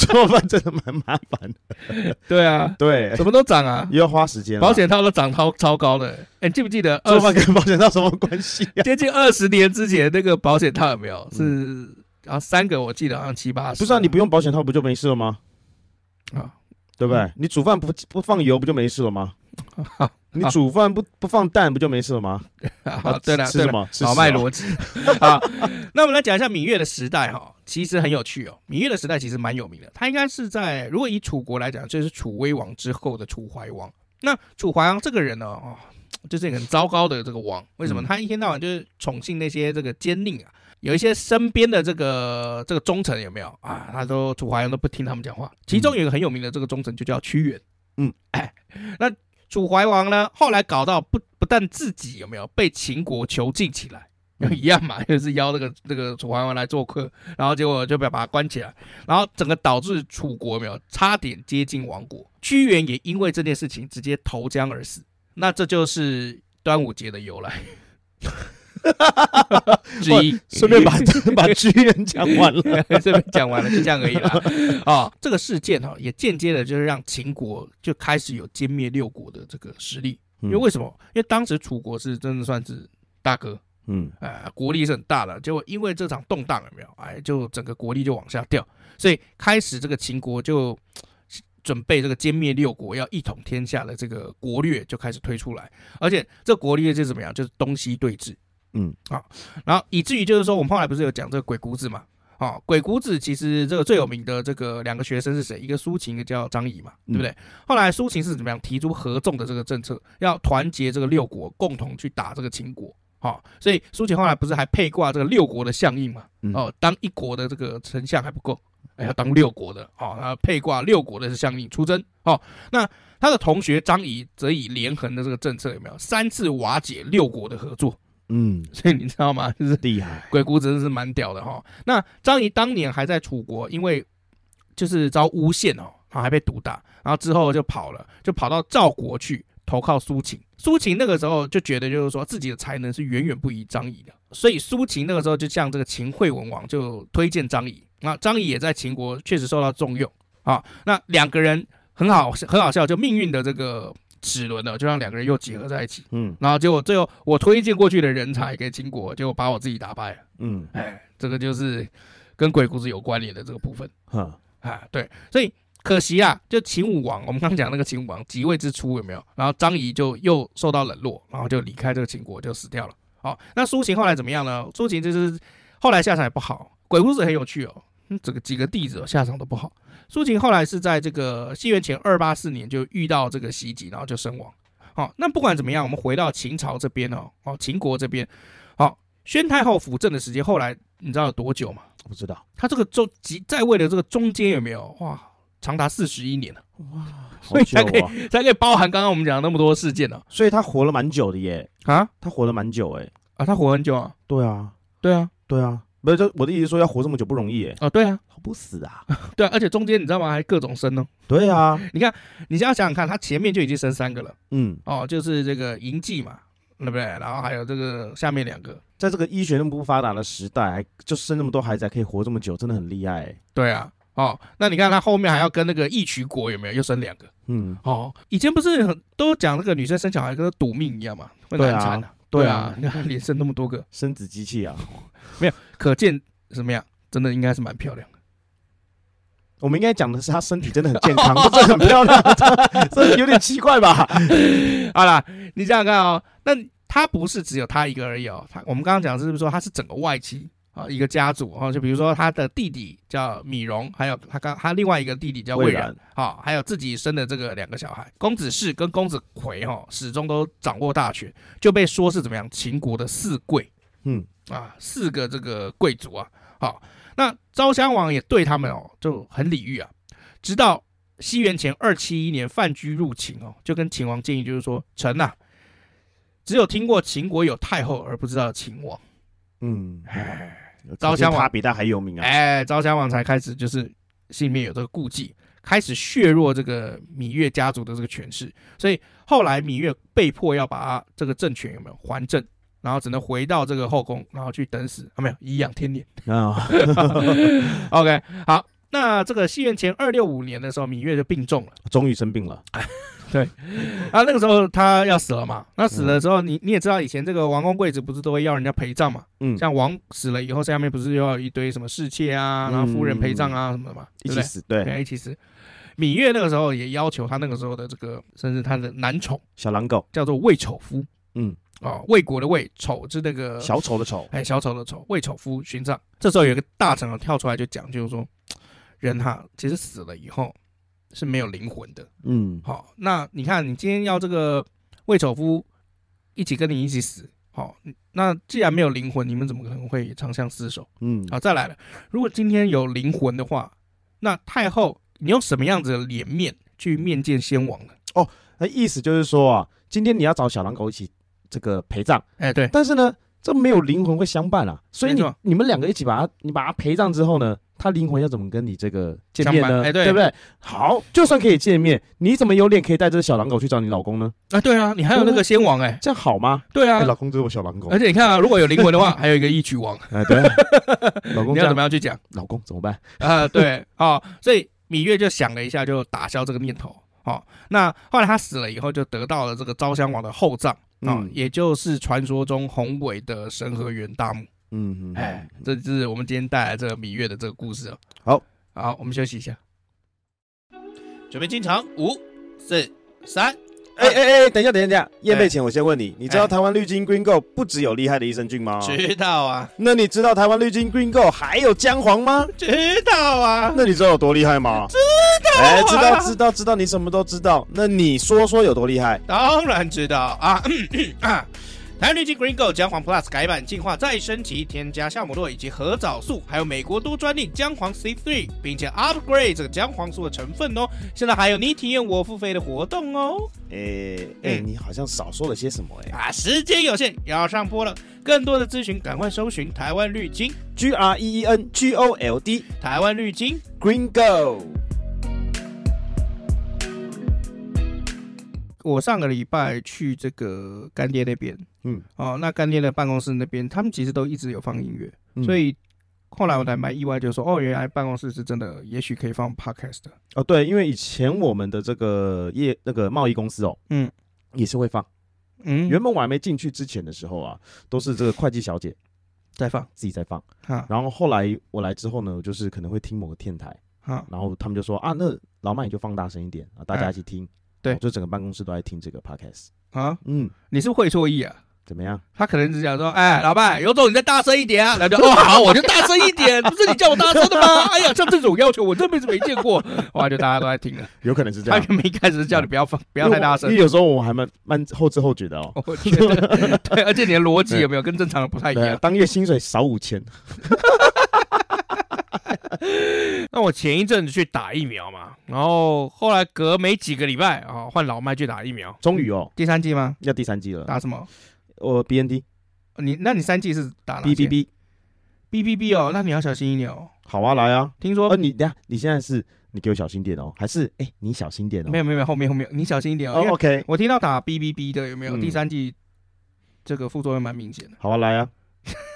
做饭真的蛮麻烦的。对啊， [LAUGHS] 对，什么都涨啊，也要花时间啊。保险套都涨超超高的、欸。哎，你记不记得做二饭十跟保险套什么关系啊？接近二十年之前那个保险套有没有是？然后三个我记得好像七八十，嗯不是啊，你不用保险套不就没事了吗？啊，对不对？你煮饭不不放油不就没事了 [LAUGHS] 吗？好，你煮饭不不放蛋不就没事了吗？啊啊好，对了吃对什了，么？吃老麦什么 [LAUGHS] 逻辑啊。那我们来讲一下芈月的时代哈，其实很有趣哦。芈月的时代其实蛮有名的，它应该是在如果以楚国来讲，就是楚威王之后的楚怀王。那楚怀王这个人呢，哦，就是一个很糟糕的这个王。为什么？嗯他一天到晚就是宠幸那些这个奸佞啊，有一些身边的这个这个忠臣有没有啊？他都楚怀王都不听他们讲话。其中有一个很有名的这个忠臣就叫屈原。嗯，哎，那楚怀王呢，后来搞到不不但自己有没有被秦国囚禁起来。嗯一样嘛， [LAUGHS] 就是邀那个那个楚怀王来做客，然后结果就被把他关起来，然后整个导致楚国有没有差点接近亡国。屈原也因为这件事情直接投江而死，那这就是端午节的由来之一。哦顺便把 [LAUGHS] 把居人讲完 [LAUGHS] 了。这边讲完了，就这样而已啦。 [LAUGHS] 啊、这个事件哈、也间接的就是让秦国就开始有歼灭六国的这个实力。嗯因为为什么？因为当时楚国是真的算是大哥，嗯呃，国力是很大的。结果因为这场动荡有没有？哎，就整个国力就往下掉，所以开始这个秦国就准备这个歼灭六国，要一统天下的这个国略就开始推出来。而且这国力就怎么样？就是东西对峙。嗯，啊，然后以至于就是说，我们后来不是有讲这个鬼谷子嘛？啊，鬼谷子其实这个最有名的这个两个学生是谁？一个苏秦，一个叫张仪嘛，嗯对不对？后来苏秦是怎么样提出合纵的这个政策，要团结这个六国，共同去打这个秦国。好、所以苏秦后来不是还配挂这个六国的相印嘛？嗯哦，当一国的这个丞相还不够，哎，要当六国的，哦，然后配挂六国的相印出征。哦，那他的同学张仪则以连横的这个政策有没有三次瓦解六国的合作？嗯，所以你知道吗？就是厉害。鬼谷子真是蛮屌的哈。那张仪当年还在楚国，因为就是遭诬陷哦，然后还被毒打，然后之后就跑了，就跑到赵国去投靠苏秦。苏秦那个时候就觉得，就是说自己的才能是远远不及张仪的，所以苏秦那个时候就向这个秦惠文王就推荐张仪。那张仪也在秦国确实受到重用啊。那两个人很好，很好笑，就命运的这个齿轮呢，就让两个人又结合在一起。嗯然后结果最后我推荐过去的人才给秦国，结果把我自己打败了。嗯，哎，这个就是跟鬼谷子有关联的这个部分哈，啊。对，所以可惜啊，就秦武王，我们刚讲那个秦武王即位之初有没有？然后张仪就又受到冷落，然后就离开这个秦国，就死掉了。好、那苏秦后来怎么样呢？苏秦就是后来下场也不好，鬼谷子很有趣哦。嗯这个几个弟子、哦、下场都不好。苏秦后来是在这个西元前二八四年就遇到这个袭击，然后就身亡。好、那不管怎么样，我们回到秦朝这边哦，哦，秦国这边，好、宣太后辅政的时间后来你知道有多久吗？我不知 [LAUGHS] 道，他这个中即在位的这个中间有没有哇，长达四十一年呢、 [LAUGHS] 好久才可以啊，才可以包含刚刚我们讲的那么多事件呢所以他活了蛮久的耶，啊他活了蛮久哎。啊，他活很久啊，对啊，对啊，对啊，不是，就我的意思是说要活这么久不容易哎，哦对啊，好不死啊。对啊，而且中间你知道吗？还各种生哦，对啊，你现在想想看，他前面就已经生三个了嗯，哦，就是这个嬴稷嘛，对不对？然后还有这个下面两个，在这个医学那么不发达的时代，还就生那么多孩子还可以活这么久，真的很厉害欸。对啊，哦，那你看他后面还要跟那个义渠国有没有又生两个？嗯，哦，以前不是很都讲那个女生生小孩跟赌命一样嘛，会对难啊产啊，对对啊啊，你看连生那么多个，生子机器啊，可见怎么样？真的应该是蛮漂亮的。我们应该讲的是他身体真的很健 [LAUGHS] 康，不是很漂亮， [LAUGHS] 这这有点奇怪吧？ [LAUGHS] 好啦，你想想看哦，那他不是只有他一个而已哦，他我们刚刚讲的是不是说他是整个外戚啊一个家族啊，就比如说他的弟弟叫米荣，还有他刚他另外一个弟弟叫魏魏然然啊，还有自己生的这个两个小孩，公子氏跟公子奎哈，始终都掌握大权，就被说是怎么样秦国的四贵嗯，啊，四个这个贵族啊，好，那昭襄王也对他们哦就很礼遇啊，直到西元前二七一年范雎入秦哦，就跟秦王建议就是说，臣呐、只有听过秦国有太后而不知道秦王， [LAUGHS] 嗯，昭襄王他比他还有名啊！哎，昭襄王才开始就是心里面有这个顾忌，开始削弱这个芈月家族的这个权势，所以后来芈月被迫要把他这个政权有没有还政，然后只能回到这个后宫，然后去等死啊，没有颐养天年。啊， OK，好，那这个西元前二六五年的时候，芈月就病重了终于生病了，啊，那个时候她要死了嘛，那死了之后，你你也知道以前这个王公贵子不是都会要人家陪葬嘛，嗯，像王死了以后，下面不是又要有一堆什么侍妾啊，然后夫人陪葬啊什么的嘛，嗯一对起不对？死，对，对，一起死。芈月那个时候也要求她那个时候的这个，甚至她的男宠小狼狗，叫做魏丑夫，嗯，哦，魏国的魏，丑是那个小丑的丑，哎小丑的丑，魏丑夫殉葬。这时候有一个大臣哦跳出来就讲，就是说，人哈其实死了以后是没有灵魂的。嗯，好、那你看你今天要这个魏丑夫一起跟你一起死，好、那既然没有灵魂，你们怎么可能会长相厮守？嗯，好，再来了。如果今天有灵魂的话，那太后你用什么样子的脸面去面见先王呢？那意思就是说啊，今天你要找小狼狗一起这个陪葬，哎，对，但是呢，这没有灵魂会相伴啊，所以你没错你们两个一起把它，你把它陪葬之后呢，它灵魂要怎么跟你这个见面相呢？伴哎对不对？好，就算可以见面，你怎么有脸可以带这只小狼狗去找你老公呢？啊，对啊，你还有那个先王哎、这样好吗？对哎、啊，老公，这是我小狼狗而。且你看啊，如果有灵魂的话， [LAUGHS] 还有一个义渠王，哎， [LAUGHS] 对，老公你这要怎样，么样去讲老公怎么办？ [LAUGHS] 啊？对啊、所以芈月就想了一下，就打消这个念头。哦，那后来他死了以后，就得到了这个昭襄王的厚葬啊、嗯也就是传说中宏伟的神河园大墓。嗯，嗯哎，，这就是我们今天带来这个芈月的这个故事哦。好，好，我们休息一下，准备进场，五、四、三。哎哎哎，等一下，等一下，等一下，验哎配前我先问你，你知道哎台湾绿金 Green Go 不只有厉害的益生菌吗？知道啊，那你知道台湾绿金 Green Go 还有姜黄吗？知道啊。 [LAUGHS] 那你知道有多厉害吗？知道、哎，知道，知道，知道，你什么都知道。那你说说有多厉害？当然知道啊！ [CLEARS THROAT] 咳咳啊台湾绿金 Green Go 姜黄 Plus 改版进化再升级，添加酵母酪以及核藻素，还有美国多专利姜黄 C3，并且 upgrade 这个姜黄素的成分哦。现在还有你体验我付费的活动哦。哎、哎、你好像少说了些什么哎、啊，时间有限，要上播了。更多的咨询，赶快搜寻台湾绿金。 G R E E N G O L D 台湾绿金。 Green Go，我上个礼拜去这个干爹那边，嗯，哦，那干爹的办公室那边，他们其实都一直有放音乐，嗯所以后来我才蛮意外，就说哦，原来办公室是真的，也许可以放 podcast 的。哦对，因为以前我们的这个业那个贸易公司哦，嗯，也是会放。嗯，原本我还没进去之前的时候啊，都是这个会计小姐再放，自己在放。哈然后后来我来之后呢，就是可能会听某个电台，哈，然后他们就说啊，那老麦你就放大声一点啊，大家一起听。对哦就整个办公室都在听这个 podcast。啊，嗯，你是不是会错意啊？怎么样？他可能只想说，哎，老伴，有种你再大声一点啊！ [LAUGHS] 然后就哦好，我就大声一点，不是你叫我大声的吗？ [LAUGHS] 哎呀，像这种要求我这辈子没见过， [LAUGHS] 哇，就大家都在听了。有可能是这他样。原本一开始是叫你不要放， [LAUGHS] 不要太大声 [LAUGHS] 因为，有时候我还蛮蛮后知后觉的哦。我觉 [LAUGHS] 得对，而且你的逻辑有没有跟正常人不太一对啊样，？当月薪水少五千，那我前一阵子去打疫苗嘛，然后后来隔没几个礼拜啊、换老麦去打疫苗，终于哦，第三季吗？要第三季了。打什么？我 B N D 你那你三季是打哪 B B B， B B B 哦，那你要小心一点哦。好啊，来啊。听说、哦，你等一下，你现在是你给我小心点哦，还是哎你小心点哦？没有没有没有，后面后面你小心一点哦。因哦为，OK，我听到打 B B B 的有没有、嗯第三季这个副作用蛮明显的。好啊，来 [LAUGHS] 啊。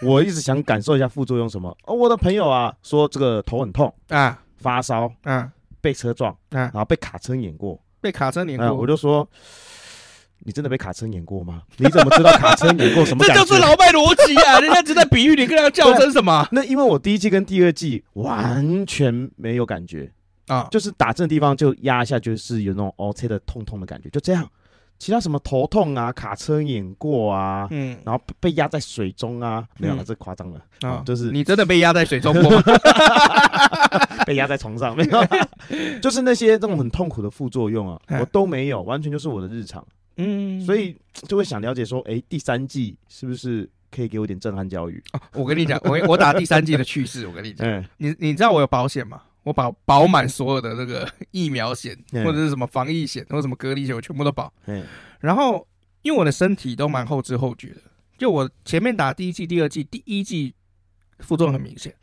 我一直想感受一下副作用什么。哦，我的朋友啊说这个头很痛、啊发烧、啊被车撞，啊然！后被卡车碾过。被卡车碾嗯，过，我就说。你真的被卡车碾过吗？你怎么知道卡车碾 [LAUGHS] 过什么这感觉？就是老麦逻辑啊！ [LAUGHS] 人家只在比喻你跟他较真什么那因为我第一季跟第二季完全没有感觉，啊？就是打针的地方就压一下，就是有那种哦切的痛痛的感觉，就这样。其他什么头痛啊、卡车碾过啊，嗯然后被被压在水中啊，没有了，嗯这夸张了，哦啊，就是你真的被压在水中过 [LAUGHS] 吗？被压在床上没有 [LAUGHS] 啦，就是那些这种很痛苦的副作用啊，嗯我都没有，完全就是我的日常，嗯，所以就会想了解说，哎，第三季是不是可以给我点震撼教育？哦我跟你讲，我我打第三季的趣事，我跟你讲，嗯，你你知道我有保险吗？我保保满所有的这个 [LAUGHS] 疫苗险，嗯或者是什么防疫险，或者什么隔离险，我全部都保。哎，然后因为我的身体都蛮后知后觉的，就我前面打第一季、第二季，第一季副作用很明显，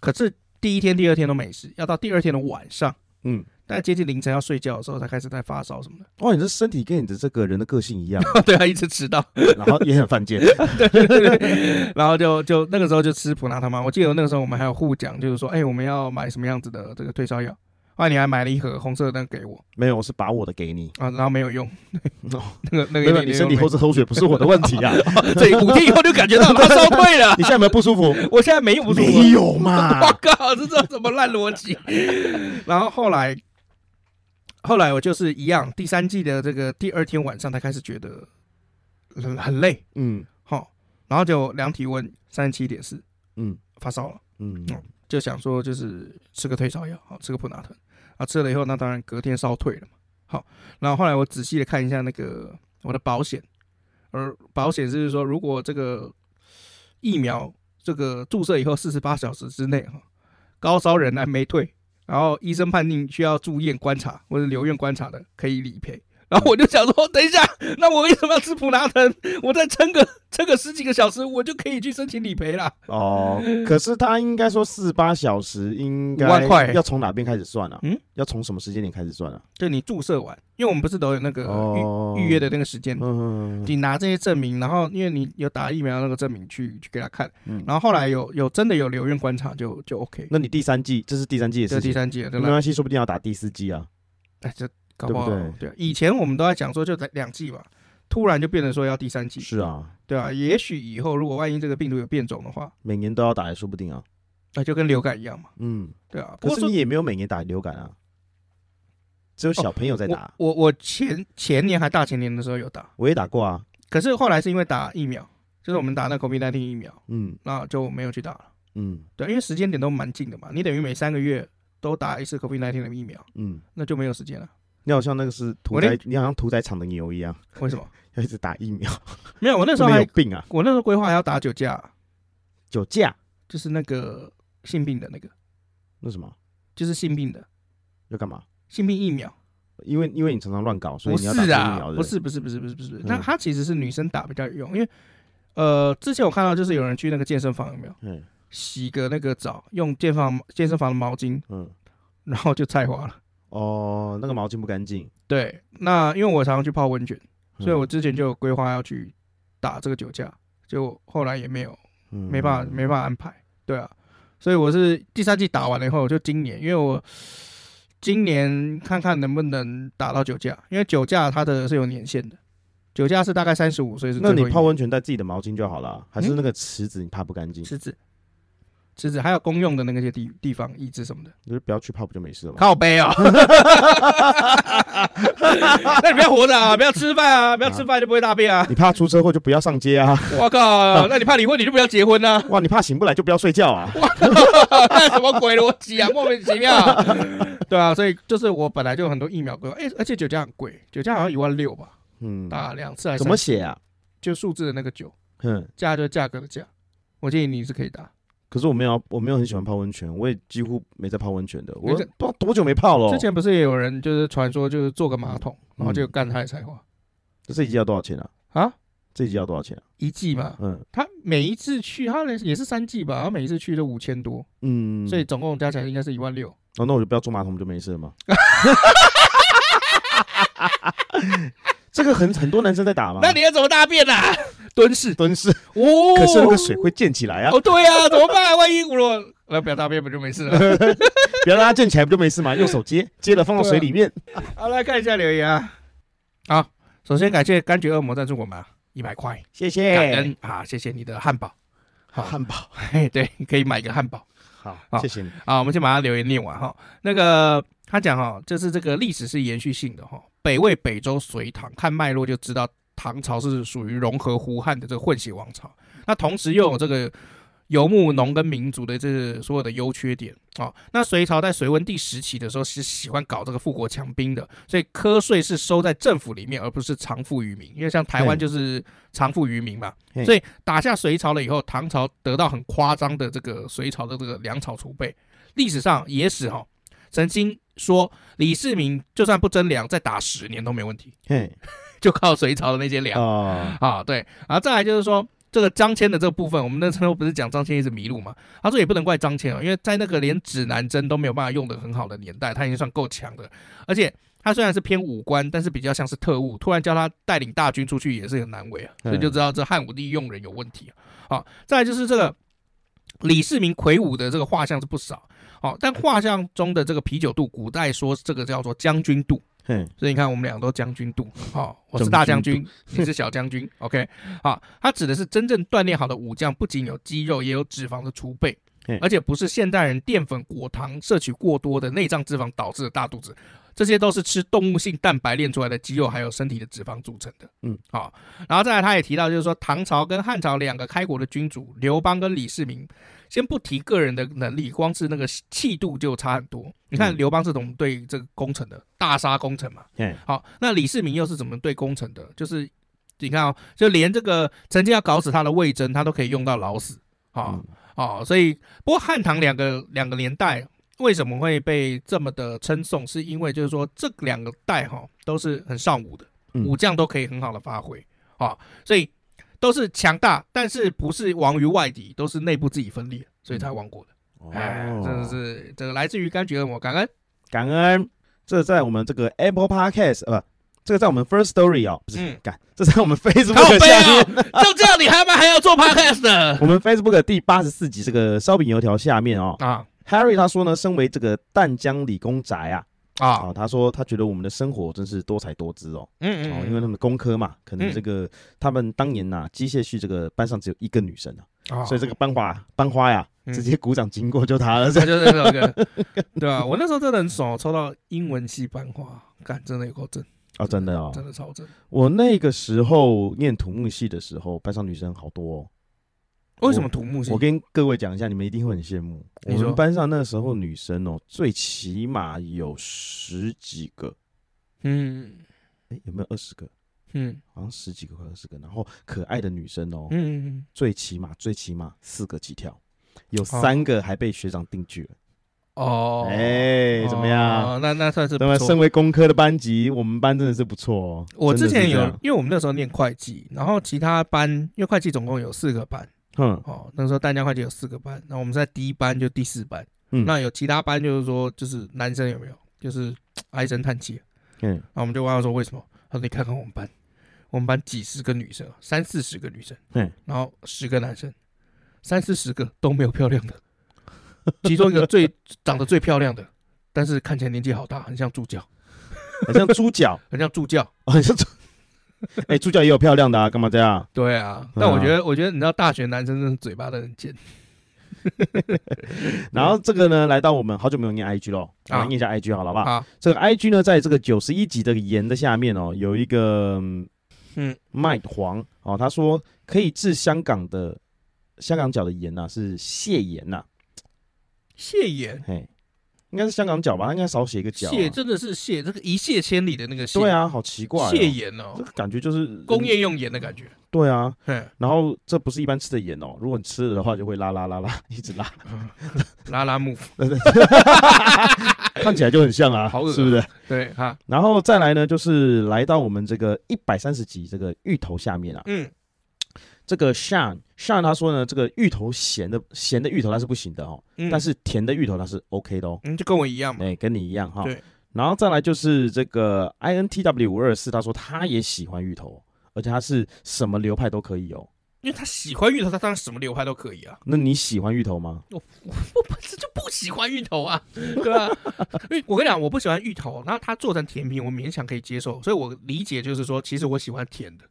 可是第一天、第二天都没事，要到第二天的晚上，嗯，大概接近凌晨要睡觉的时候才开始在发烧什么哇，你这身体跟你的这个人的个性一样， [LAUGHS] 的。对啊，一直迟到，然后也很犯贱，然后就就那个时候就吃普拿疼吗？我记得那个时候我们还有互讲，就是说，哎、我们要买什么样子的这个退烧药。后来你还买了一盒红色的那个给我没有，我是把我的给你，啊，然后没有用，哦 [LAUGHS] 那个那没个有，一点你用身体没后知后觉不是我的问题 [LAUGHS] 啊，对，五天以后就感觉到他烧退了哎你。现在有没有不舒服？ [LAUGHS] 我现在没有不舒 [LAUGHS] 服，没有嘛我靠，这叫什么烂逻辑？ [LAUGHS] 然后后来，后来我就是一样，第三季的这个第二天晚上才开始觉得很很累，嗯哈，然后就量体温三十七点四，嗯发烧了，嗯，就想说就是吃个退烧药，好吃个普拿疼啊，吃了以后那当然隔天烧退了嘛，好，然后后来我仔细的看一下那个我的保险，而保险就是说如果这个疫苗这个注射以后四十八小时之内哈，高烧仍然没退，然后医生判定需要住院观察或者留院观察的，可以理赔。然后我就想说， [LAUGHS] 等一下，那我为什么要吃普拿疼？我再撑个撑个十几个小时，我就可以去申请理赔啦。哦，可是他应该说四十八小时应该五万块要从哪边开始算啊？嗯嗯，要从什么时间点开始算啊？就你注射完，因为我们不是都有那个预、哦呃预约的那个时间嗯，嗯，嗯嗯你拿这些证明，然后因为你有打疫苗那个证明去去给他看，嗯然后后来有有真的有留院观察就就 OK，那你第三季这是第三季的这事第情，三季了，对没吧？关系，说不定要打第四季啊。哎，这搞不好对不对以前我们都在讲说就两季嘛，突然就变成说要第三季，是啊，对啊，也许以后如果万一这个病毒有变种的话，每年都要打也说不定啊。那就跟流感一样嘛，嗯，对啊。可不过是说你也没有每年打流感啊，只有小朋友在我打，我我前前年还大前年的时候有打，我也打过啊。可是后来是因为打疫苗，就是我们打那 COVID-19 疫苗，嗯那就没有去打了。嗯对，因为时间点都蛮近的嘛，你等于每三个月都打一次 COVID-19 的疫苗，嗯，那就没有时间了。你好像那个是屠我那宰，你好像屠宰场的牛一样，为什么？ [LAUGHS] [LAUGHS] 要一直打疫苗，没有， [LAUGHS] 我那时候没有还病啊，我那时候规划还要打酒驾，酒驾就是那个性病的那个，那什么就是性病的要干嘛？性病疫苗。因为因为你常常乱搞，所以不你要打是这个疫啊苗，的。不是不是不是不是不是，嗯那它其实是女生打比较有用，因为呃，之前我看到就是有人去那个健身房有没有嗯洗个那个澡，用健身房健身房的毛巾，嗯，然后就菜花了。哦，那个毛巾不干净，对，那因为我常常去泡温泉。嗯所以我之前就有规划要去打这个酒驾，就后来也没有，嗯没办法，没办法安排。对啊，所以我是第三季打完了以后，我就今年，因为我今年看看能不能打到酒驾，因为酒驾它的是有年限的，酒驾是大概三十五岁是那最你后一泡年嗯温泉带自己的毛巾就好了，还是那个池子你怕不干净，池子，池子还有公用的那些地地方椅子什么的，就是不要去泡不就没事了嘛。 [LAUGHS] 靠背哦。 [LAUGHS] 那你不要活着啊，不要吃饭啊，不要吃饭就不会大便 [LAUGHS] 啊。你怕出车祸就不要上街啊！ [LAUGHS] 我靠，那你怕离婚你就不要结婚啊。哇，你怕醒不来就不要睡觉啊！那 [LAUGHS] 什么鬼逻辑啊？莫名 [LAUGHS] 其妙、对啊，所以就是我本来就有很多疫苗规划，哎、而且酒驾很贵，酒驾好像一万六吧，嗯，打两次还是怎么三次写啊？就数字的那个酒，嗯，价就是价格的价。我建议你是可以打，可是我没有，我没有很喜欢泡温泉，我也几乎没在泡温泉的，我没不在知道多久没泡了之。前不是也有人就是传说就是做个马桶，然后就嗯干他的才华这一季要多少钱啊？啊，这一季要多少钱啊？一季嘛，嗯他每一次去他那也是三季吧，他每一次去都五千多，嗯，所以总共加起来应该是一万六。哦，那我就不要坐马桶，不就没事了吗？这个很很多男生在打嘛，那你要怎么大便啊？ [LAUGHS] 蹲式蹲式，哦，可是那个水会溅起来啊，哦，对啊，怎么办？万一我 [LAUGHS] 那不要大便不就没事了？不要让它溅起来，不就没事吗？用手接，接了放到水里面。好，来看一下留言啊。好，首先感谢柑橘恶魔赞助我们啊一百块，谢感谢恩啊！谢谢你的汉堡，好 [LAUGHS] 汉堡，嘿，对，可以买个汉堡。好，好谢谢你。啊，我们先把他留言念完哈。那个他讲哈，就是这个历史是延续性的哈。北魏、北周、隋唐，看脉络就知道唐朝是属于融合胡汉的这个混血王朝。那同时又有这个游牧农耕民族的这所有的优缺点哦。那隋朝在隋文帝时期的时候是喜欢搞这个富国强兵的，所以科税是收在政府里面，而不是偿付于民。因为像台湾嗯就是偿付于民嘛，嘿所以打下隋朝了以后，唐朝得到很夸张的这个隋朝的这个粮草储备。历史上野史哈曾经说李世民就算不征粮，再打十年都没问题，嘿，就靠隋朝的那些粮。哦，啊，对，然后再来就是说这个张骞的这个部分，我们那时候不是讲张骞一直迷路嘛？他说也不能怪张骞啊，因为在那个连指南针都没有办法用的很好的年代，他已经算够强的，而且。他虽然是偏武官，但是比较像是特务。突然叫他带领大军出去，也是很难为啊，所以就知道这汉武帝用人有问题啊。好、再来就是这个李世民魁梧的这个画像是不少，好、但画像中的这个啤酒肚，古代说这个叫做将军肚，嘿，所以你看，我们俩都将军肚，好、我是大将军，你是小将军，OK，好、它指的是真正锻炼好的武将，不仅有肌肉，也有脂肪的储备嘿，而且不是现代人淀粉、果糖摄取过多的内脏脂肪导致的大肚子，这些都是吃动物性蛋白炼出来的肌肉还有身体的脂肪组成的。嗯，好、然后再来，他也提到，就是说唐朝跟汉朝两个开国的君主刘邦跟李世民，先不提个人的能力，光是那个气度就差很多。你看嗯刘邦是怎么对这个功臣的，大杀功臣嘛。嘿，好，那李世民又是怎么对功臣的？就是你看哦，就连这个曾经要搞死他的魏征，他都可以用到老死啊嗯哦，所以不过汉唐两个两个年代为什么会被这么的称颂，是因为就是说这两个代哈、都是很尚武的，嗯武将都可以很好的发挥啊、哦所以都是强大，但是不是亡于外敌，都是内部自己分裂，所以才亡国的。哎，哦真的是这个来自于柑橘恶魔，感恩感恩。这在我们这个 Apple Podcast 呃，不这个在我们 First Story 哦，不是，嗯感，这在我们靠 Facebook 背下哦面，，就这样你还蛮还要做 podcast 的？ [LAUGHS] 我们 Facebook 第八十四集这个烧饼油条下面哦啊，Harry 他说呢，身为这个淡江理工宅啊，啊啊，，他说他觉得我们的生活真是多彩多姿哦，嗯哦，嗯，因为他们工科嘛，可能嗯这个他们当年呐，机械系这个班上只有一个女生啊，啊所以这个班花班花呀，嗯直接鼓掌经过就他 [LAUGHS] 了，这他就是 [LAUGHS] 那个， [LAUGHS] 对啊，我那时候真的很爽，抽到英文系班花，干真的有够正，哦，真的哦，真的超正。我那个时候念土木系的时候，班上女生好多、哦。为什么土木系？我跟各位讲一下，你们一定会很羡慕。我你说们班上那时候女生哦，最起码有十几个，嗯哎，有没有二十个？嗯好像十几个快二十个。然后可爱的女生哦，嗯，最起码最起码四个起跳，有三个还被学长定居了。哦，哎、怎么样？哦，那那算是那么、不身错。为工科的班级，我们班真的是不错哦。我之真前的是有这样，因为我们那时候念会计，然后其他班，因为会计总共有四个班哼，哦，那时候淡江会计有四个班，那我们在第一班就第四班，嗯那有其他班就是说，就是男生有没有，就是唉声叹气，嗯，然后我们就问他说为什么？他说你看看我们班，我们班几十个女生，三四十个女生，嗯，然后十个男生，三四十个都没有漂亮的，其中一个最长得最漂亮的，但是看起来年纪好大，很像助教，很像猪脚，很像助教。哦很像猪。哎、猪脚也有漂亮的啊，干嘛这样？对啊，嗯但我觉得，我觉得你知道，大学男生真的嘴巴都很尖。然后这个呢，来到我们好久没有念 IG 咯，哦我嗯啊们念一下 IG 好了，好不好？好，这个 IG 呢，在这个九十一集的言的下面哦，有一个嗯嗯麦黄哦，他说可以治香港的香港脚的炎呐、是蟹炎呐、谢言，嘿，应该是香港脚吧？他应该少写一个脚、啊。谢真的是谢，这个一泻千里的那个谢，对，啊，好奇怪、哦，谢言这哦，个感觉就是工业用盐的感觉。对啊，嗯，然后这不是一般吃的盐哦，如果你吃了的话，就会拉拉拉 [LAUGHS] 拉，一直 [LAUGHS] 拉，拉拉 [LAUGHS] 木，看起来就很像啊，好恶啊是不是？对哈，然后再来呢，就是来到我们这个一百三十集这个芋头下面啊，嗯这个 Sean Sean 他说呢，这个芋头咸的咸的芋头它是不行的哦，嗯，但是甜的芋头它是 OK 的哦，嗯，就跟我一样嘛。哎，跟你一样哈。对。然后再来就是这个 INTW 五二四，他说他也喜欢芋头，而且他是什么流派都可以哦。因为他喜欢芋头，他当然什么流派都可以啊。那你喜欢芋头吗？我本身就 [LAUGHS] 不喜欢芋头 [LAUGHS] 啊，对啊，因为我跟你讲，我不喜欢芋头，然后它做成甜品，我勉强可以接受，所以我理解就是说，其实我喜欢甜的，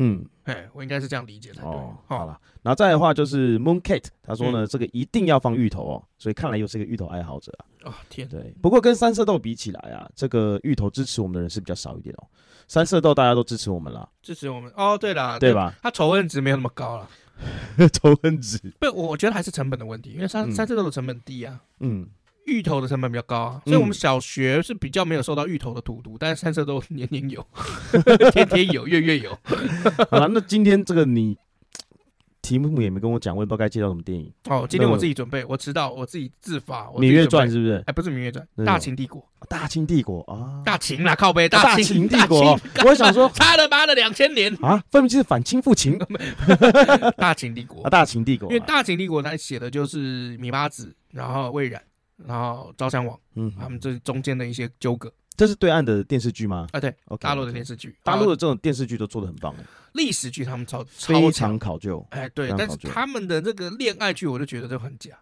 嗯，哎，我应该是这样理解才对。哦，好哦，嗯了，然后再来的话就是 Moon Kate，他说呢，这个一定要放芋头哦，所以看来又是个芋头爱好者啊。哦天，对，不过跟三色豆比起来啊，这个芋头支持我们的人是比较少一点哦。三色豆大家都支持我们 [LAUGHS] 啦，支持我们哦。对啦，对？吧？他仇恨值没有那么高了，仇恨值，不，我觉得还是成本的问题，因为三嗯三色豆的成本低啊，嗯，芋头的成本比较高啊，所以我们小学是比较没有受到芋头的荼毒，但是三色豆年年有， [LAUGHS] 天天有，月月有。好了，那今天这个你题目也没跟我讲，我也不知道该介绍什么电影，哦，今天我自己准备，我迟到，我自己自发。 《 [LAUGHS] 我自芈己月准传》备是不是？哎，不是《芈月传那》，是什么大秦帝国，大清帝国啊，大秦啦，靠背，大秦，秦帝大国哦秦，我想说，差了妈的两千年 [LAUGHS] 啊，分明就是反清复清大秦帝国啊，。大秦帝国因啊，为大秦帝国它写的就是芈八子，然后魏冉，然后昭襄王，嗯，他们这中间的一些纠葛这是对岸的电视剧吗啊，对， ？OK，大陆的电视剧，大陆然的后这种电视剧都做的很棒，历史剧他们超超非强，常考究。哎，对非，常但是考究他们的这个恋爱剧，我就觉得就很假。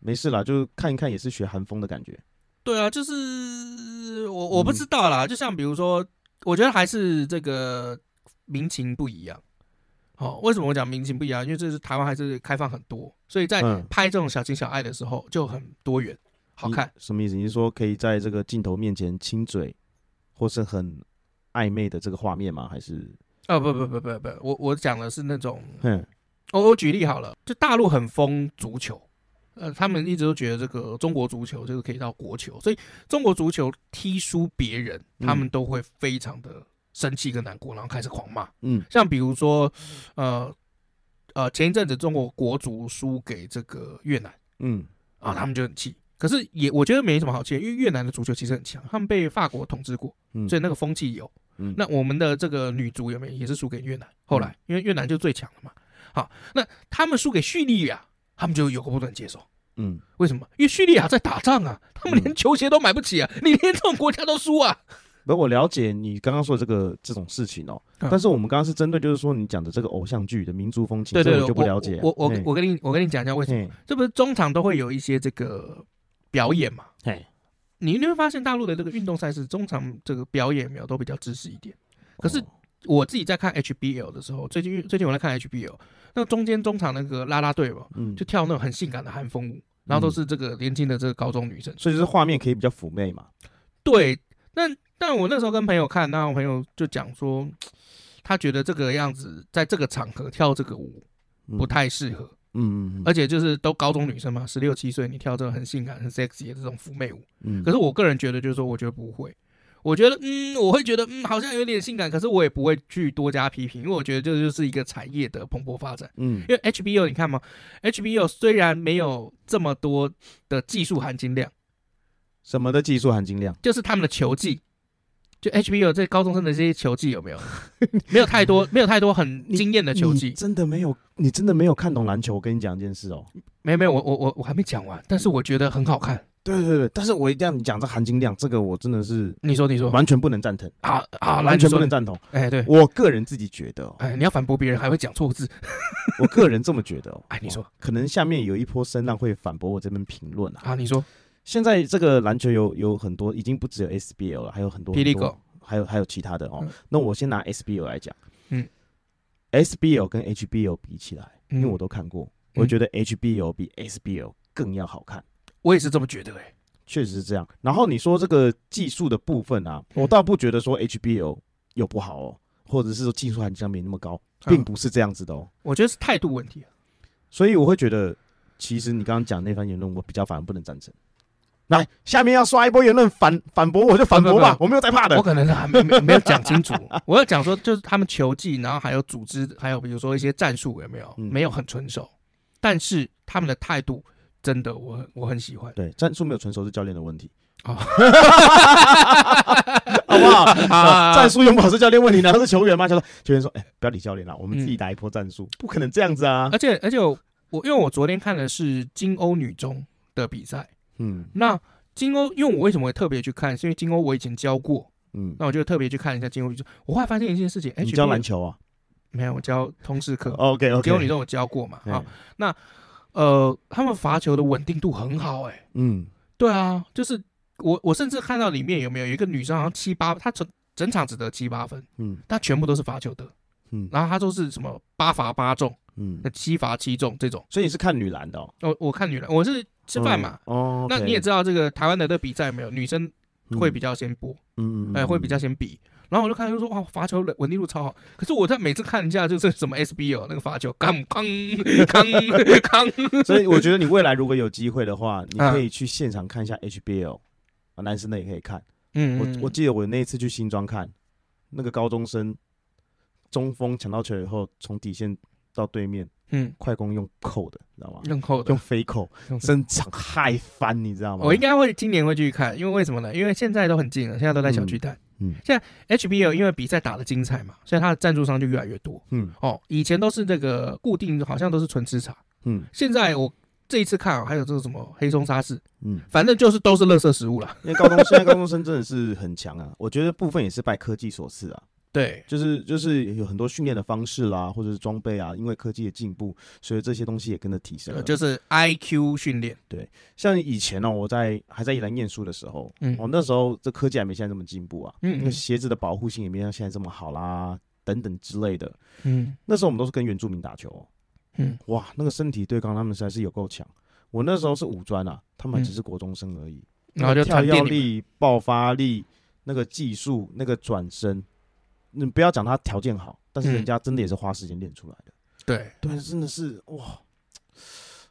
没事啦，就看一看也是学韩风的感觉。对啊，就是我我不嗯知道啦，就像比如说，我觉得还是这个民情不一样。哦，为什么我讲民情不一样？因为这是台湾还是开放很多，所以在嗯拍这种小情小爱的时候就很多元，好看。你什么意思？你是说可以在这个镜头面前亲嘴，或是很暧昧的这个画面吗？还是啊、不不不不不，我我讲的是那种哼我我举例好了，就大陆很疯足球，呃，他们一直都觉得这个中国足球就是可以到国球，所以中国足球踢输别人，嗯他们都会非常的生气跟难过，然后开始狂骂。嗯像比如说，呃呃，前一阵子中国国足输给这个越南嗯啊，他们就很气。可是也我觉得没什么好气的，因为越南的足球其实很强，他们被法国统治过，嗯，所以那个风气有。嗯那我们的这个女足有没有也是输给越南？后来因为越南就最强了嘛。好，那他们输给叙利亚，他们就有个不能接受。嗯为什么？因为叙利亚在打仗啊，他们连嗯球鞋都买不起啊，你连这种国家都输啊。不，我了解你刚刚说的这个这种事情哦、嗯但是我们刚刚是针对就是说你讲的这个偶像剧的民族风情，对对这对，我就不了解啊、我我嘿我跟你我跟你讲一下为什么，嘿这不是中场都会嗯有一些这个表演嘛？嘿，你你会发现大陆的这个运动赛事中场这个表演没有都比较知识一点。可是哦我自己在看 HBL 的时候，最近最近我在看 HBL，那中间中场那个啦啦队嘛，嗯，就跳那种很性感的韩风舞，然后都是这个年轻的这个高中女生。所以就是画面可以比较妩媚嘛。对，但但我那时候跟朋友看，那我朋友就讲说，他觉得这个样子在这个场合跳这个舞嗯不太适合，嗯嗯嗯而且就是都高中女生嘛，十六七岁你跳这个很性感、很 sexy 的这种妩媚舞，嗯，可是我个人觉得就是说，我觉得不会。我觉得，嗯，我会觉得，嗯，好像有点性感，可是我也不会去多加批评，因为我觉得这就是一个产业的蓬勃发展。嗯因为 HBO 你看嘛，HBO 虽然没有这么多的技术含金量，什么的技术含金量？就是他们的球技，就 HBO 这高中生的这些球技有没有？没有太多，没有太多很惊艳的球 [LAUGHS] 你技。真的没有，你真的没有看懂篮球。我跟你讲一件事哦、没有没有，我我我我还没讲完，但是我觉得很好看。对对对，但是我一定要你讲这含金量，这个我真的是你说你说完全不能赞同啊啊，来完你全说不能赞同。哎对，我个人自己觉得、哦，哎你要反驳别人还会讲错字， [LAUGHS] 我个人这么觉得、哦。 [LAUGHS] 哎你说可能下面有一波声浪会反驳我这边评论啊。啊你说现在这个篮球有有很多，已经不只有 SBL 了，还有很多霹雳很多狗还有还有其他的哦。嗯那我先拿 SBL 来讲，嗯，SBL 跟 HBL 比起来，嗯因为我都看过，我觉得 HBL 比 SBL 更要好看。我也是这么觉得哎、确实是这样。然后你说这个技术的部分啊，嗯我倒不觉得说 HBO 有不好哦，或者是说技术含金量没那么高，并嗯不是这样子的哦。我觉得是态度问题啊。所以我会觉得，其实你刚刚讲那番言论，我比较反而不能赞成。来，下面要刷一波言论反反驳，我就反驳吧，我没有在怕我的。可能还没没没有讲清楚， [LAUGHS] 我要讲说就是他们球技，然后还有组织，还有比如说一些战术有没有嗯没有很纯熟，但是他们的态度真的我很我很喜欢。对，战术没有成熟是教练的问题，哦 [LAUGHS] 好不好？啊战术用不好是教练问题，难道是球员吗？就说球员说，哎、不要理教练了，我们自己打一波战术，不可能这样子啊而。且而且我我因为我昨天看的是金欧女中的比赛，嗯那金欧因为我为什么会特别去看，是因为金欧我以前教过，嗯，那我就特别去看一下金欧女中。我后来发现一件事情，哎你 HBL 教篮球啊没有，我教通识课， ？OK 金欧 OK，女呃中我教过嘛？啊嗯，呃，他们罚球的稳定度很好，哎。嗯，对啊，就是我我甚至看到里面有没有有一个女生好像七八，她整整场只得七八分，嗯她全部都是罚球得，嗯然后他都是什么八罚八中、嗯，七罚七中这种。所以你是看女篮的哦，我我看女篮，我是吃饭嘛，嗯哦，那 OK 你也知道这个台湾的这比赛有没有，女生会比较先播，嗯，嗯嗯哎、会比较嗯先比。然后我就看，就说哇，罚球稳定度超好。可是我在每次看一下，就是什么 SBO 那个罚球，刚刚刚 [LAUGHS] 刚，嗯所以我觉得你未来如果有机会的话，你啊可以去现场看一下 HBL，啊，男生的也可以看。嗯我我记得我那一次去新庄看，那个高中生中锋抢到球以后，从底线到对面，嗯，快攻用扣的，你知道吗？用后的用，飞扣嗯用，飞真场嗨翻，你知道吗？我应该会今年会去看，因为为什么呢？因为现在都很近了，现在都在小巨蛋。嗯嗯现在 HBO 因为比赛打的精彩嘛，所以它的赞助商就越来越多嗯哦。以前都是这个固定，好像都是纯吃茶。嗯现在我这一次看、啊，还有这个什么黑松沙士，嗯，反正就是都是垃圾食物啦。因为高中现在高中生真的是很强啊，我觉得部分也是拜科技所赐啊，对，就是就是有很多训练的方式啦，或者是装备啊，因为科技的进步，所以这些东西也跟着提升了。呃就是 IQ 训练。像以前呢、我在还在宜兰念书的时候，嗯哦，那时候这科技还没现在这么进步啊，嗯那个鞋子的保护性也没像现在这么好啦，等等之类的。嗯那时候我们都是跟原住民打球、哦，嗯哇，那个身体对抗他们实在是有够强。我那时候是五专啊，他们嗯还只是国中生而已，然后就跳传跃电力，力、爆发力、那个技术、那个转身，你不要讲他条件好，但是人嗯家真的也是花时间练出来的。对，对，真的是哇，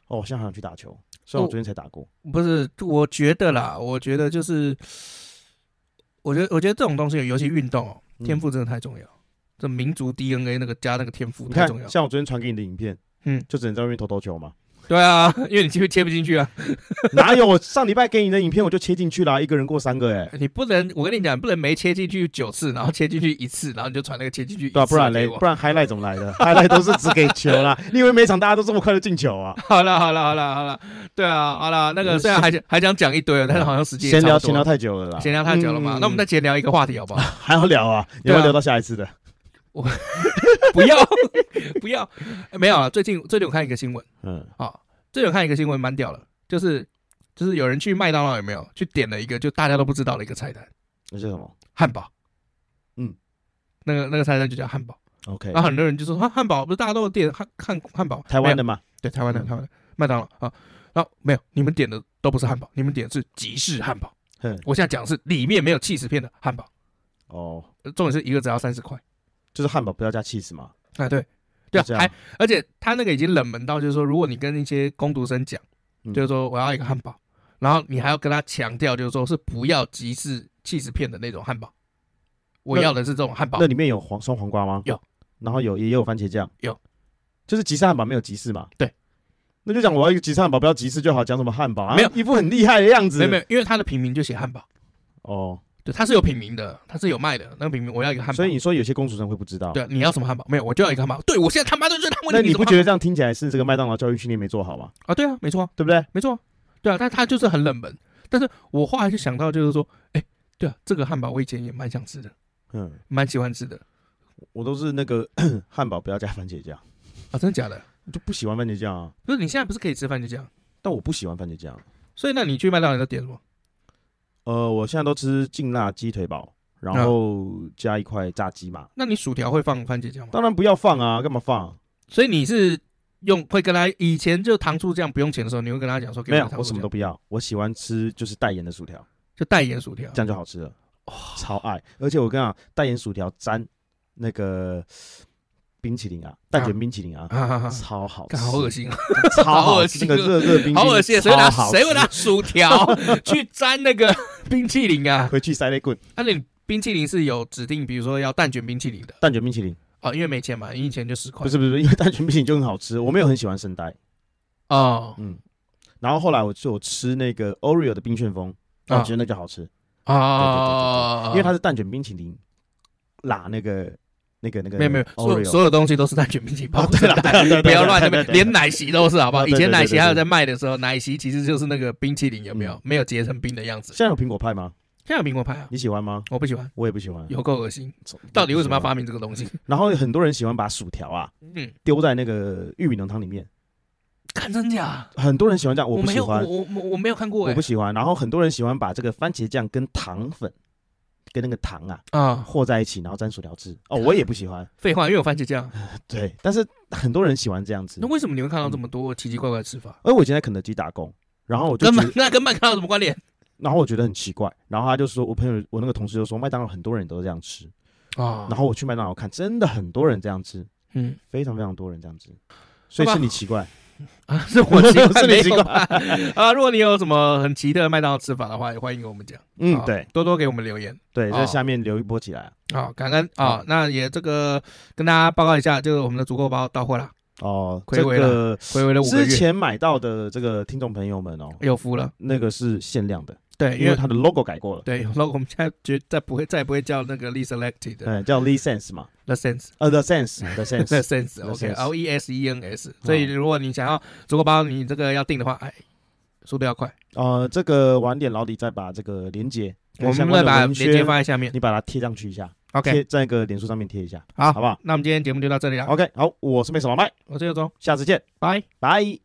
哦，我现在好想去打球，虽然我哦昨天才打过。不是，我觉得啦，我觉得就是，我觉得我觉得这种东西，尤其运动哦，嗯天赋真的太重要。这民族 DNA 那个加那个天赋你太看重，要。像我昨天传给你的影片，嗯就只能在外面投投球嘛。对啊，因为你接接不进去啊， [LAUGHS] 哪有我上礼拜给你的影片我就切进去啦，一个人过三个哎、你不能，我跟你讲，不能没切进去九次，然后切进去一次，然后你就传那个切进去一次对啊，不然嘞，给我不。然 highlight 怎么来的？highlight 都是只给球啦，你以为每场大家都这么快就进球啊？好了好了好了好了，对啊，好了，那个虽然还想还想讲一堆哦，但是好像时间也闲呃嗯聊差不闲多聊了太久了啦，闲聊太久了嘛，嗯那我们再闲聊一个话题好不好？ [LAUGHS] 还要聊啊，你对要啊不要聊到下一次的？不要 [LAUGHS] 不要， [LAUGHS] 哎没有了。最近最近我看一个新闻。嗯，啊，这有看一个新闻蛮屌的，就是就是有人去麦当劳有没有去点了一个就大家都不知道的一个菜单，那是什么汉堡。嗯，那个那个菜单就叫汉堡， ？OK，然后很多人就说啊，汉堡不是大家都有点汉汉汉堡，台湾没有的嘛，对台湾的嗯台湾的麦当劳啊，然后没有你们点的都不是汉堡，你们点的是吉士汉堡。哼，我现在讲的是里面没有 cheese 片的汉堡，哦，呃重点是一个只要三十块就是汉堡不要加 cheese 嘛，啊，对对就这样啊，还而且他那个已经冷门到，就是说，如果你跟一些工读生讲，嗯就是说我要一个汉堡，然后你还要跟他强调，就是说是不要极致 cheese 片的那种汉堡，我那要的是这种汉堡那。里面有黄酸黄瓜吗？有，然后有也有番茄酱，有，就是吉士汉堡没有吉士嘛？对，那就讲我要一个吉士汉堡，不要吉士就好，讲什么汉堡啊？没有一副很厉害的样子，没有没有，因为它的品名就写汉堡，哦，对，它是有品名的，它是有卖的。那个品名我要一个汉堡，所以你说有些公主生会不知道，对，啊你要什么汉堡？没有，我就要一个汉堡。对我现在他妈就是他问那你什么不汉觉得这样听起来是这个麦当劳教育训练没做好吗？堡啊？对啊，没错啊，对不对？没错啊，对啊，但它就是很冷门。但是我后来就想到，就是说，哎，对啊，这个汉堡我以前也蛮想吃的，嗯，蛮喜欢吃的我都是那个 [COUGHS] 汉堡不要加番茄酱，啊，真的假的？我就不喜欢番茄酱啊，不是你现在不是可以吃饭就这样？但我不喜欢番茄酱。啊所以那你去麦当劳都点什么？呃，我现在都吃劲辣鸡腿堡，然啊后加一块炸鸡嘛，那你薯条会放番茄酱吗？当然不要放啊，干嘛放？所以你是用会跟他以前就糖醋酱不用钱的时候，你会跟他讲说给没有我，糖我醋什酱么都不要，我喜欢吃就是代盐的薯条。就代盐薯条这样就好吃了，超爱。而且我跟你讲，代言薯条沾那个冰淇淋啊，蛋卷冰淇淋啊，啊哈哈，超好吃，干好恶，心啊，超好恶好心吃，那个热热冰淇淋，好恶心啊！谁会超拿好吃谁会拿薯条 [LAUGHS] 去沾那个 [LAUGHS] 冰淇淋啊？回去塞雷棍那你冰淇淋是有指定，比如说要蛋卷冰淇淋的蛋卷冰淇淋？哦，因为没钱嘛，你以前就十块不是不是，因为蛋卷冰淇淋就很好吃，我没有很喜欢圣代，哦嗯。然后后来我就有吃那个 Oreo 的冰旋风，我啊觉得那就好吃，哦，因为它是蛋卷冰淇淋拉那个那个那个没有没有，所有 Oreo，所有东西都是蛋卷冰淇 [LAUGHS] 淋包哦对啦的对啦对啦对啦不要乱那对啦对啦对边，啦连奶昔都是好不好？哦以对前对奶对昔对还有对在卖的时候，奶昔其实就是那个冰淇淋有没有嗯没有结成冰的样子？现在有苹果派吗？现在有苹果派啊，你喜欢吗？我不喜欢，我也不喜欢，有够恶嗯心，到底为什么要发明这个东西？然后很多人喜欢把薯条啊嗯，丢在那个玉米浓汤里面，看真假？很多人喜欢这样，我不没喜有，我欢，我我我没有看过我哎不，喜欢。然后很多人喜欢把这个番茄酱跟糖粉跟那个糖啊啊，和在一起，然后沾薯条吃。哦，我也不喜欢。废话，因为有番茄酱。对，但是很多人喜欢这样吃那。为什么你会看到这么多奇奇怪怪的吃法？而我以前在肯德基打工，然后我 [LAUGHS] 就跟觉麦 [LAUGHS] 得，那跟麦当劳有什么关联？然后我觉得很奇怪，然后他就说，我朋友，我那个同事就说，麦当劳很多人都这样吃。啊然后我去麦当劳看，真的很多人这样吃， [LAUGHS] 嗯非常非常多人这样吃，所以好吧是你奇怪。啊，是我奇怪，是你没有奇怪吧 [LAUGHS] 啊。如果你有什么很奇特的麦当劳吃法的话，也欢迎给我们讲。嗯啊，对，多多给我们留言。对，哦在下面留一波起来啊。啊、感恩啊、好那也这个跟大家报告一下，就是我们的足够包到货了，哦，暌这违了个回味了五个之月，前买到的这个听众朋友们哦，有福了。那个是限量的，对，哎因因为为嗯它的 logo 改过了，对，然后我们现在绝再不会再也不会叫那个 Lee Selected 的嗯，叫 Lee Sense 嘛， The Sense。呃，The [LAUGHS] Sense，The The Sense，The sense，OK、 Sense L E S E N S，所以如果你想要足够包，你这个要订的话，哎，速度要快。呃，这个晚点老李再把这个连接，我们相会关的把链文宣接放在下面。你把它贴上去一下， OK，贴在那个脸书上面贴一下，好，好不好那我们今天节目就到这里了。 ？OK，好，我是梅什老麦，我是尤总，下次见，拜。拜。